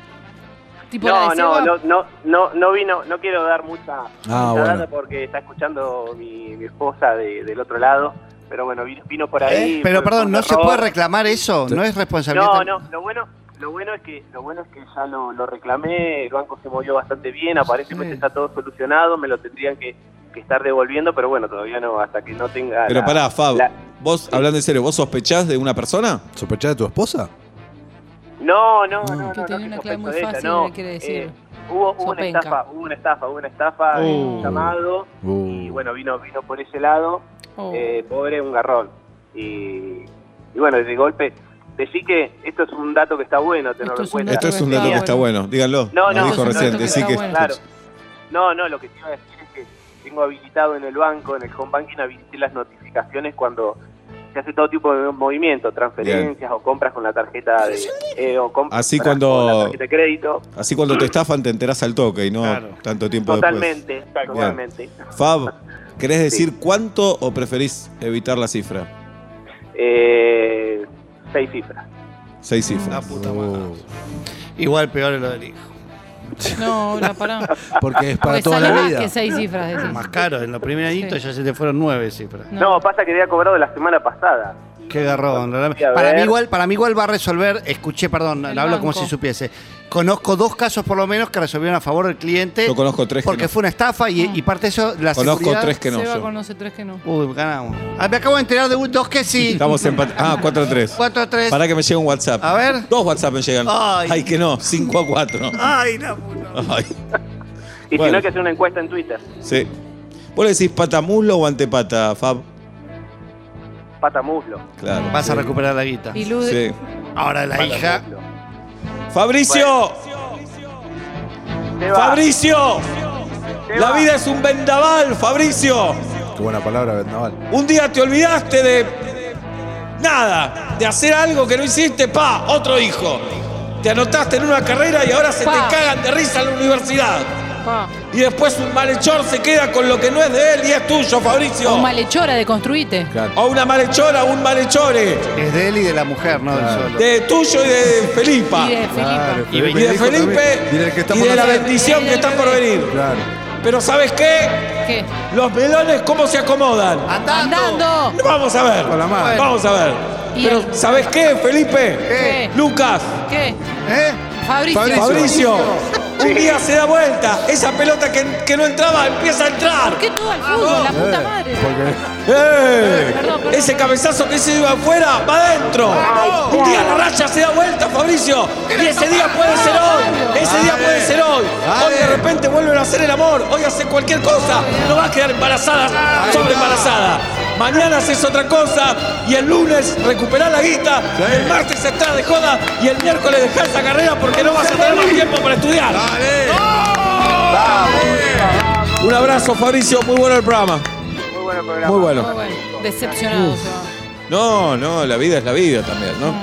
Tipo la No, de no, Seba. no, no, no, no vino, no quiero dar mucha, Ah, mucha bueno. data porque está escuchando mi, mi esposa de- del otro lado, pero bueno, vino, vino por ahí. ¿Eh? Pero fue- fue perdón, un ¿no se error. puede reclamar eso? ¿No es responsabilidad? No, tan- no, lo bueno, lo bueno es que, lo bueno es que ya lo, lo reclamé, el banco se movió bastante bien, aparentemente Sí. está todo solucionado, me lo tendrían que, que estar devolviendo, pero bueno, todavía no, hasta que no tenga. Pero la- pará, Fab. la- Vos, hablando en serio, ¿vos sospechás de una persona? ¿Sospechás de tu esposa? No, no, no, no, Que no, tenía una no clave se muy sospecha, fácil, no. le quiere decir. Eh, hubo, hubo una Sopenca. estafa, hubo una estafa, hubo una estafa, eh, un Oh. Uh. llamado, Uh. y bueno, vino, vino por ese lado, Oh. eh, pobre, un garrón. Y, y bueno, de golpe, decí que esto es un dato que está bueno tenerlo Esto en es un cuenta. Esto es un dato que está bueno. Díganlo. No, Nos no, dijo es un dato recién. que Decí está que. bueno. Claro. No, no, lo que te iba a decir es que tengo habilitado en el banco, en el home banking, habilité las notificaciones cuando se hace todo tipo de movimiento, transferencias o compras con la tarjeta de... eh, o comp- Así para- cuando- con la tarjeta de crédito. Así cuando te estafan te enterás al toque y no Claro. tanto tiempo Totalmente, Tal cual. totalmente. después. Fab, ¿querés decir cuánto o preferís evitar la cifra? Eh, seis [laughs] cifras. Seis Mm. La cifras. puta Uh. madre. Igual peor es lo del hijo. No, no, pará. Porque es para Porque toda sale la más vida. que seis cifras, decís. Más caro, en los primeros añitos Sí. ya se te fueron nueve cifras. No. pasa que había cobrado la semana pasada. Qué garrón. la verdad. Sí, a Para ver. mí, igual, para mí igual va a resolver, escuché, perdón, El hablo como banco. si supiese. Conozco dos casos por lo menos que resolvieron a favor del cliente. Yo conozco tres que Porque no. fue una estafa Ah. y, y parte de eso, la Conozco seguridad- tres que no. Seba yo. conoce tres que no. Uy, ganamos. Ah, me acabo de enterar de un- dos que sí. Estamos empatados. Ah, 4 a 3. 4 a 3. Para que me llegue un WhatsApp. A ver. Dos WhatsApp me llegan. Ay, Ay. que no. 5 a 4. Ay, la puta. Ay. Y si Bueno. no hay que hacer una encuesta en Twitter. Sí. ¿Vos le decís patamulo o antepata, Fab? Pata muslo. Claro. Vas a recuperar la guita. Y Lud- Sí. Ahora la hija. Fabricio. Seba, Fabricio. La vida es un vendaval, Fabricio. Qué buena palabra, vendaval. Un día te olvidaste de nada, de hacer algo que no hiciste, pa, otro hijo. Te anotaste en una carrera y ahora se Pa. te cagan de risa en la universidad. Pa. Y después un malhechor se queda con lo que no es de él y es tuyo, Fabricio. O malhechora de construite. Claro. O una malhechora, un malhechore. Es de él y de la mujer, no del solo. De tuyo y de Felipa. Y de Claro, Felipa. Felipe Y de dijo Felipe también. Y del que está y por de la nacer. bendición que está por venir. Claro. Pero ¿sabes qué? ¿Qué? Los melones, ¿cómo se acomodan? Andando. Andando. Vamos a ver. Con la mano. Vamos a ver. Y Pero el- ¿sabes qué, Felipe? ¿Qué? Eh, Lucas, ¿Qué? ¿Eh? Fabricio. Fabricio. Fabricio, un día se da vuelta. Esa pelota que, que no entraba empieza a entrar. ¿Por qué todo al fútbol? La puta madre. Porque ¡Eh! Perdón, perdón. Ese cabezazo que se iba afuera va adentro. Un día la raya se da vuelta, Fabricio. Y ese día puede ser hoy. Ese día puede ser hoy. Hoy de repente vuelven a hacer el amor. Hoy hacen cualquier cosa. No va a quedar embarazada, sobre embarazada. Mañana haces otra cosa y el lunes recuperás la guita, el martes estás de joda y el miércoles dejás esa carrera porque no vas a tener más tiempo para estudiar. Un abrazo, Fabricio, muy bueno el programa. Muy bueno el programa. Muy bueno. Muy bueno. Decepcionado. se va. No, no, la vida es la vida también, ¿no?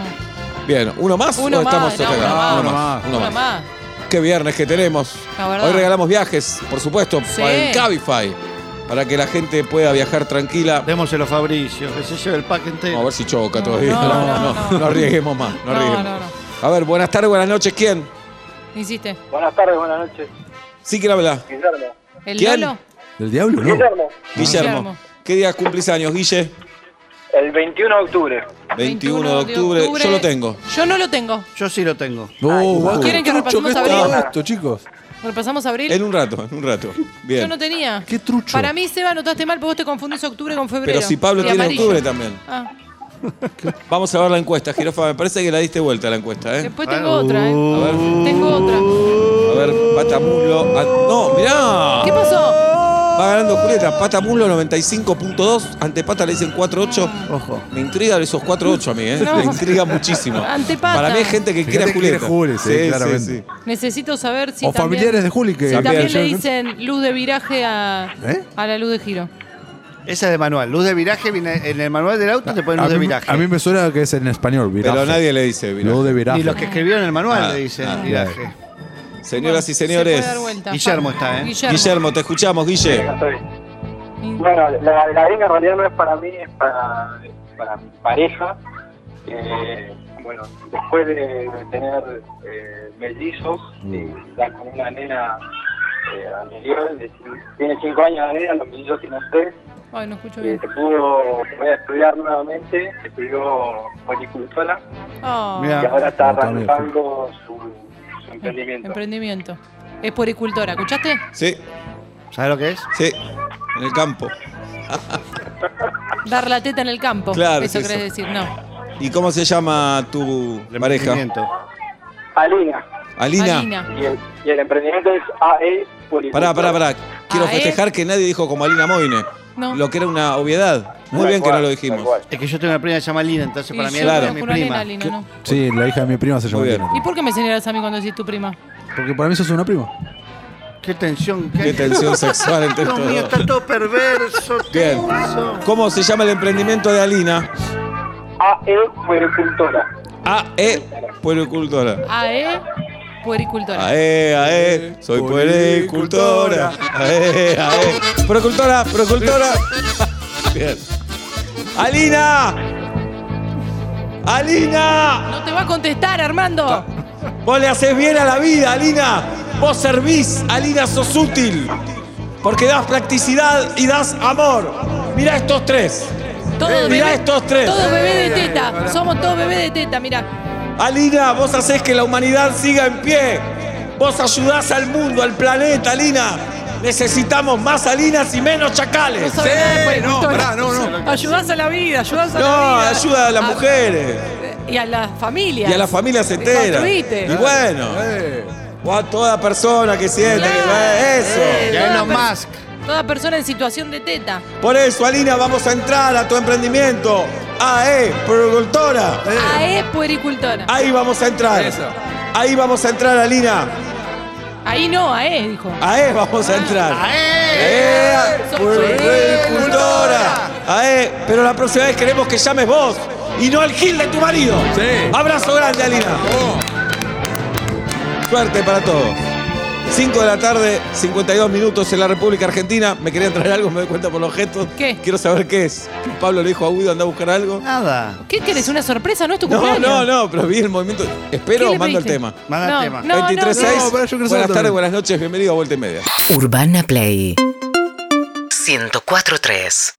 Bien, ¿uno más Ah. Uno o estamos más, no, acá? uno más. uno Una más. más. Qué viernes que tenemos. La verdad. Hoy regalamos viajes, por supuesto, Sí. en Cabify, para que la gente pueda viajar tranquila. Démoselo a Fabricio, que se lleve el pack entero. Vamos a ver si choca todavía. No, no, no, no, arriesguemos más, no No, arriesguemos. no, A ver, buenas tardes, buenas noches, ¿quién? Hiciste. Buenas tardes, buenas noches. Sí, ¿quién habla? Guillermo. ¿El ¿Quién? Lolo? ¿Del diablo? No. Guillermo. Guillermo. Guillermo. ¿Qué día cumplís años, Guille? El 21 de octubre. 21 de octubre. Yo lo tengo. Yo no lo tengo. Yo sí lo tengo. No, guau, ¿Quieren que qué trucho repasemos que es abril? todo esto, chicos? Repasamos abril. En un rato, en un rato. Bien. Yo no tenía. Qué trucho. Para mí, Seba, anotaste mal porque vos te confundís octubre con febrero. Pero si Pablo Y tiene amarillo. octubre también. Ah, Vamos a ver la encuesta, Girofa. Me parece que la diste vuelta la encuesta, ¿eh? después tengo otra, ¿eh? A ver. Tengo otra. A ver, Patamulo. ah, no, Oh, mirá. ¿Qué pasó? Va ganando Julieta. Patamulo 95.2. Ante Pata le dicen 4.8. Ojo. Me intriga esos 4.8 a mí, ¿eh? No. Me intriga muchísimo. Antepata. Para mí hay gente que quiere a Fíjate que quiere Julieta. Juli, sí, claramente. Necesito saber si o también- familiares de Juli que. si también le que- dicen luz de viraje a, ¿Eh? a la luz de giro. Esa es de manual. Luz de viraje viene en el manual del auto, te ponen a, luz de mí, viraje. a mí me suena que es en español, viraje. Pero nadie le dice, mirá. Lo de viraje. Ni los que escribieron el manual Ah, le dicen ah, viraje. Señoras y Se señores. puede dar vuelta. Guillermo está, ¿eh? Guillermo. Guillermo, te escuchamos, Guille. Estoy. Bueno, la, la gringa en realidad no es para mí, es para, para mi pareja. Eh, bueno, después de tener eh, mellizos, eh, ya con una nena eh, anterior, de cin- tiene 5 años la nena, los mellizos tienen 3, Ay, no escucho eh, bien. se pudo volver a estudiar nuevamente, estudió policultora Ah, Mirá. y ahora está Ah, también. arrancando su, su emprendimiento. emprendimiento. Es poricultora, ¿escuchaste? Sí, ¿Sabes lo que es? sí. En el campo. Dar la teta en el campo. Claro, Eso es querés eso. decir, no. ¿Y cómo se llama tu El pareja? emprendimiento. Alina, Alina. Alina. y el, y el emprendimiento es E AE Policultora. Pará, pará, pará. Quiero Ah, ¿eh? festejar que nadie dijo como Alina Moine. No. Lo que era una obviedad. Muy Tal bien que no cual, lo tal dijimos. cual. Es que yo tengo una prima que se llama Lina, entonces para Y mí yo Claro. es mi conozco una nena, prima. Lina, ¿no? Sí, la hija de mi prima se llama Muy bien. Lina. ¿Y por qué me señalas a mí cuando decís tu prima? Porque para mí sos una prima. Qué tensión que Qué hay. tensión sexual entre Dios mío, todos. está todo perverso, Bien. tenso. ¿Cómo se llama el emprendimiento de Alina? AE E Puericultora. AE E Puericultora. AE, Ah, ¿eh? puericultora. AE, AE, E. soy puericultora. E, AE, AE. Procultora, procultora. [laughs] Bien. ¡Alina! ¡Alina! No te va a contestar, Armando. Vos le haces bien a la vida, Alina. Vos servís, Alina, sos útil. Porque das practicidad y das amor. Mirá estos tres. Todo Eh, mirá estos tres. Todo bebé de teta. Somos todos bebé de teta, mirá. Alina, vos haces que la humanidad siga en pie. Vos ayudás al mundo, al planeta, Alina. Necesitamos más Alinas y menos No chacales. sabes nada de no, puericultora. pará, no, no. Ayudás a la vida, ayudás a la No, vida. ayuda a las Ah, mujeres Y a las familias. y a las familias enteras. Construite. Y bueno, o a toda persona que sienta que eh, eso. Eh, Y a toda Elon pers- Musk. Toda persona en situación de teta. Por eso, Alina, vamos a entrar a tu emprendimiento. AE, Productora. AE puericultora. Ahí vamos a entrar. Eso. Ahí vamos a entrar, Alina. Ahí Ahí no, a E, dijo. Ae, vamos a entrar. Ah, ¡Ae! E. Ae, agricultora. Ae, E, pero la próxima vez queremos que llames vos y no el Gil de tu marido. Sí. Abrazo grande, Alina. Suerte para todos. 5 de la tarde, 52 minutos en la República Argentina. Me querían traer algo, [laughs] me doy cuenta por los gestos. ¿Qué? Quiero saber qué es. Pablo le dijo a Guido, anda a buscar algo. Nada. ¿Qué querés? ¿Una sorpresa? ¿No es tu No, cumpleaños? no, no, pero vi el movimiento. Espero o mando el tema. Manda el no, tema. No, no, 23.6. no. No, pará, yo quiero saber buenas tardes, también. buenas noches, bienvenido a Vuelta y Media. Urbana Play 104.3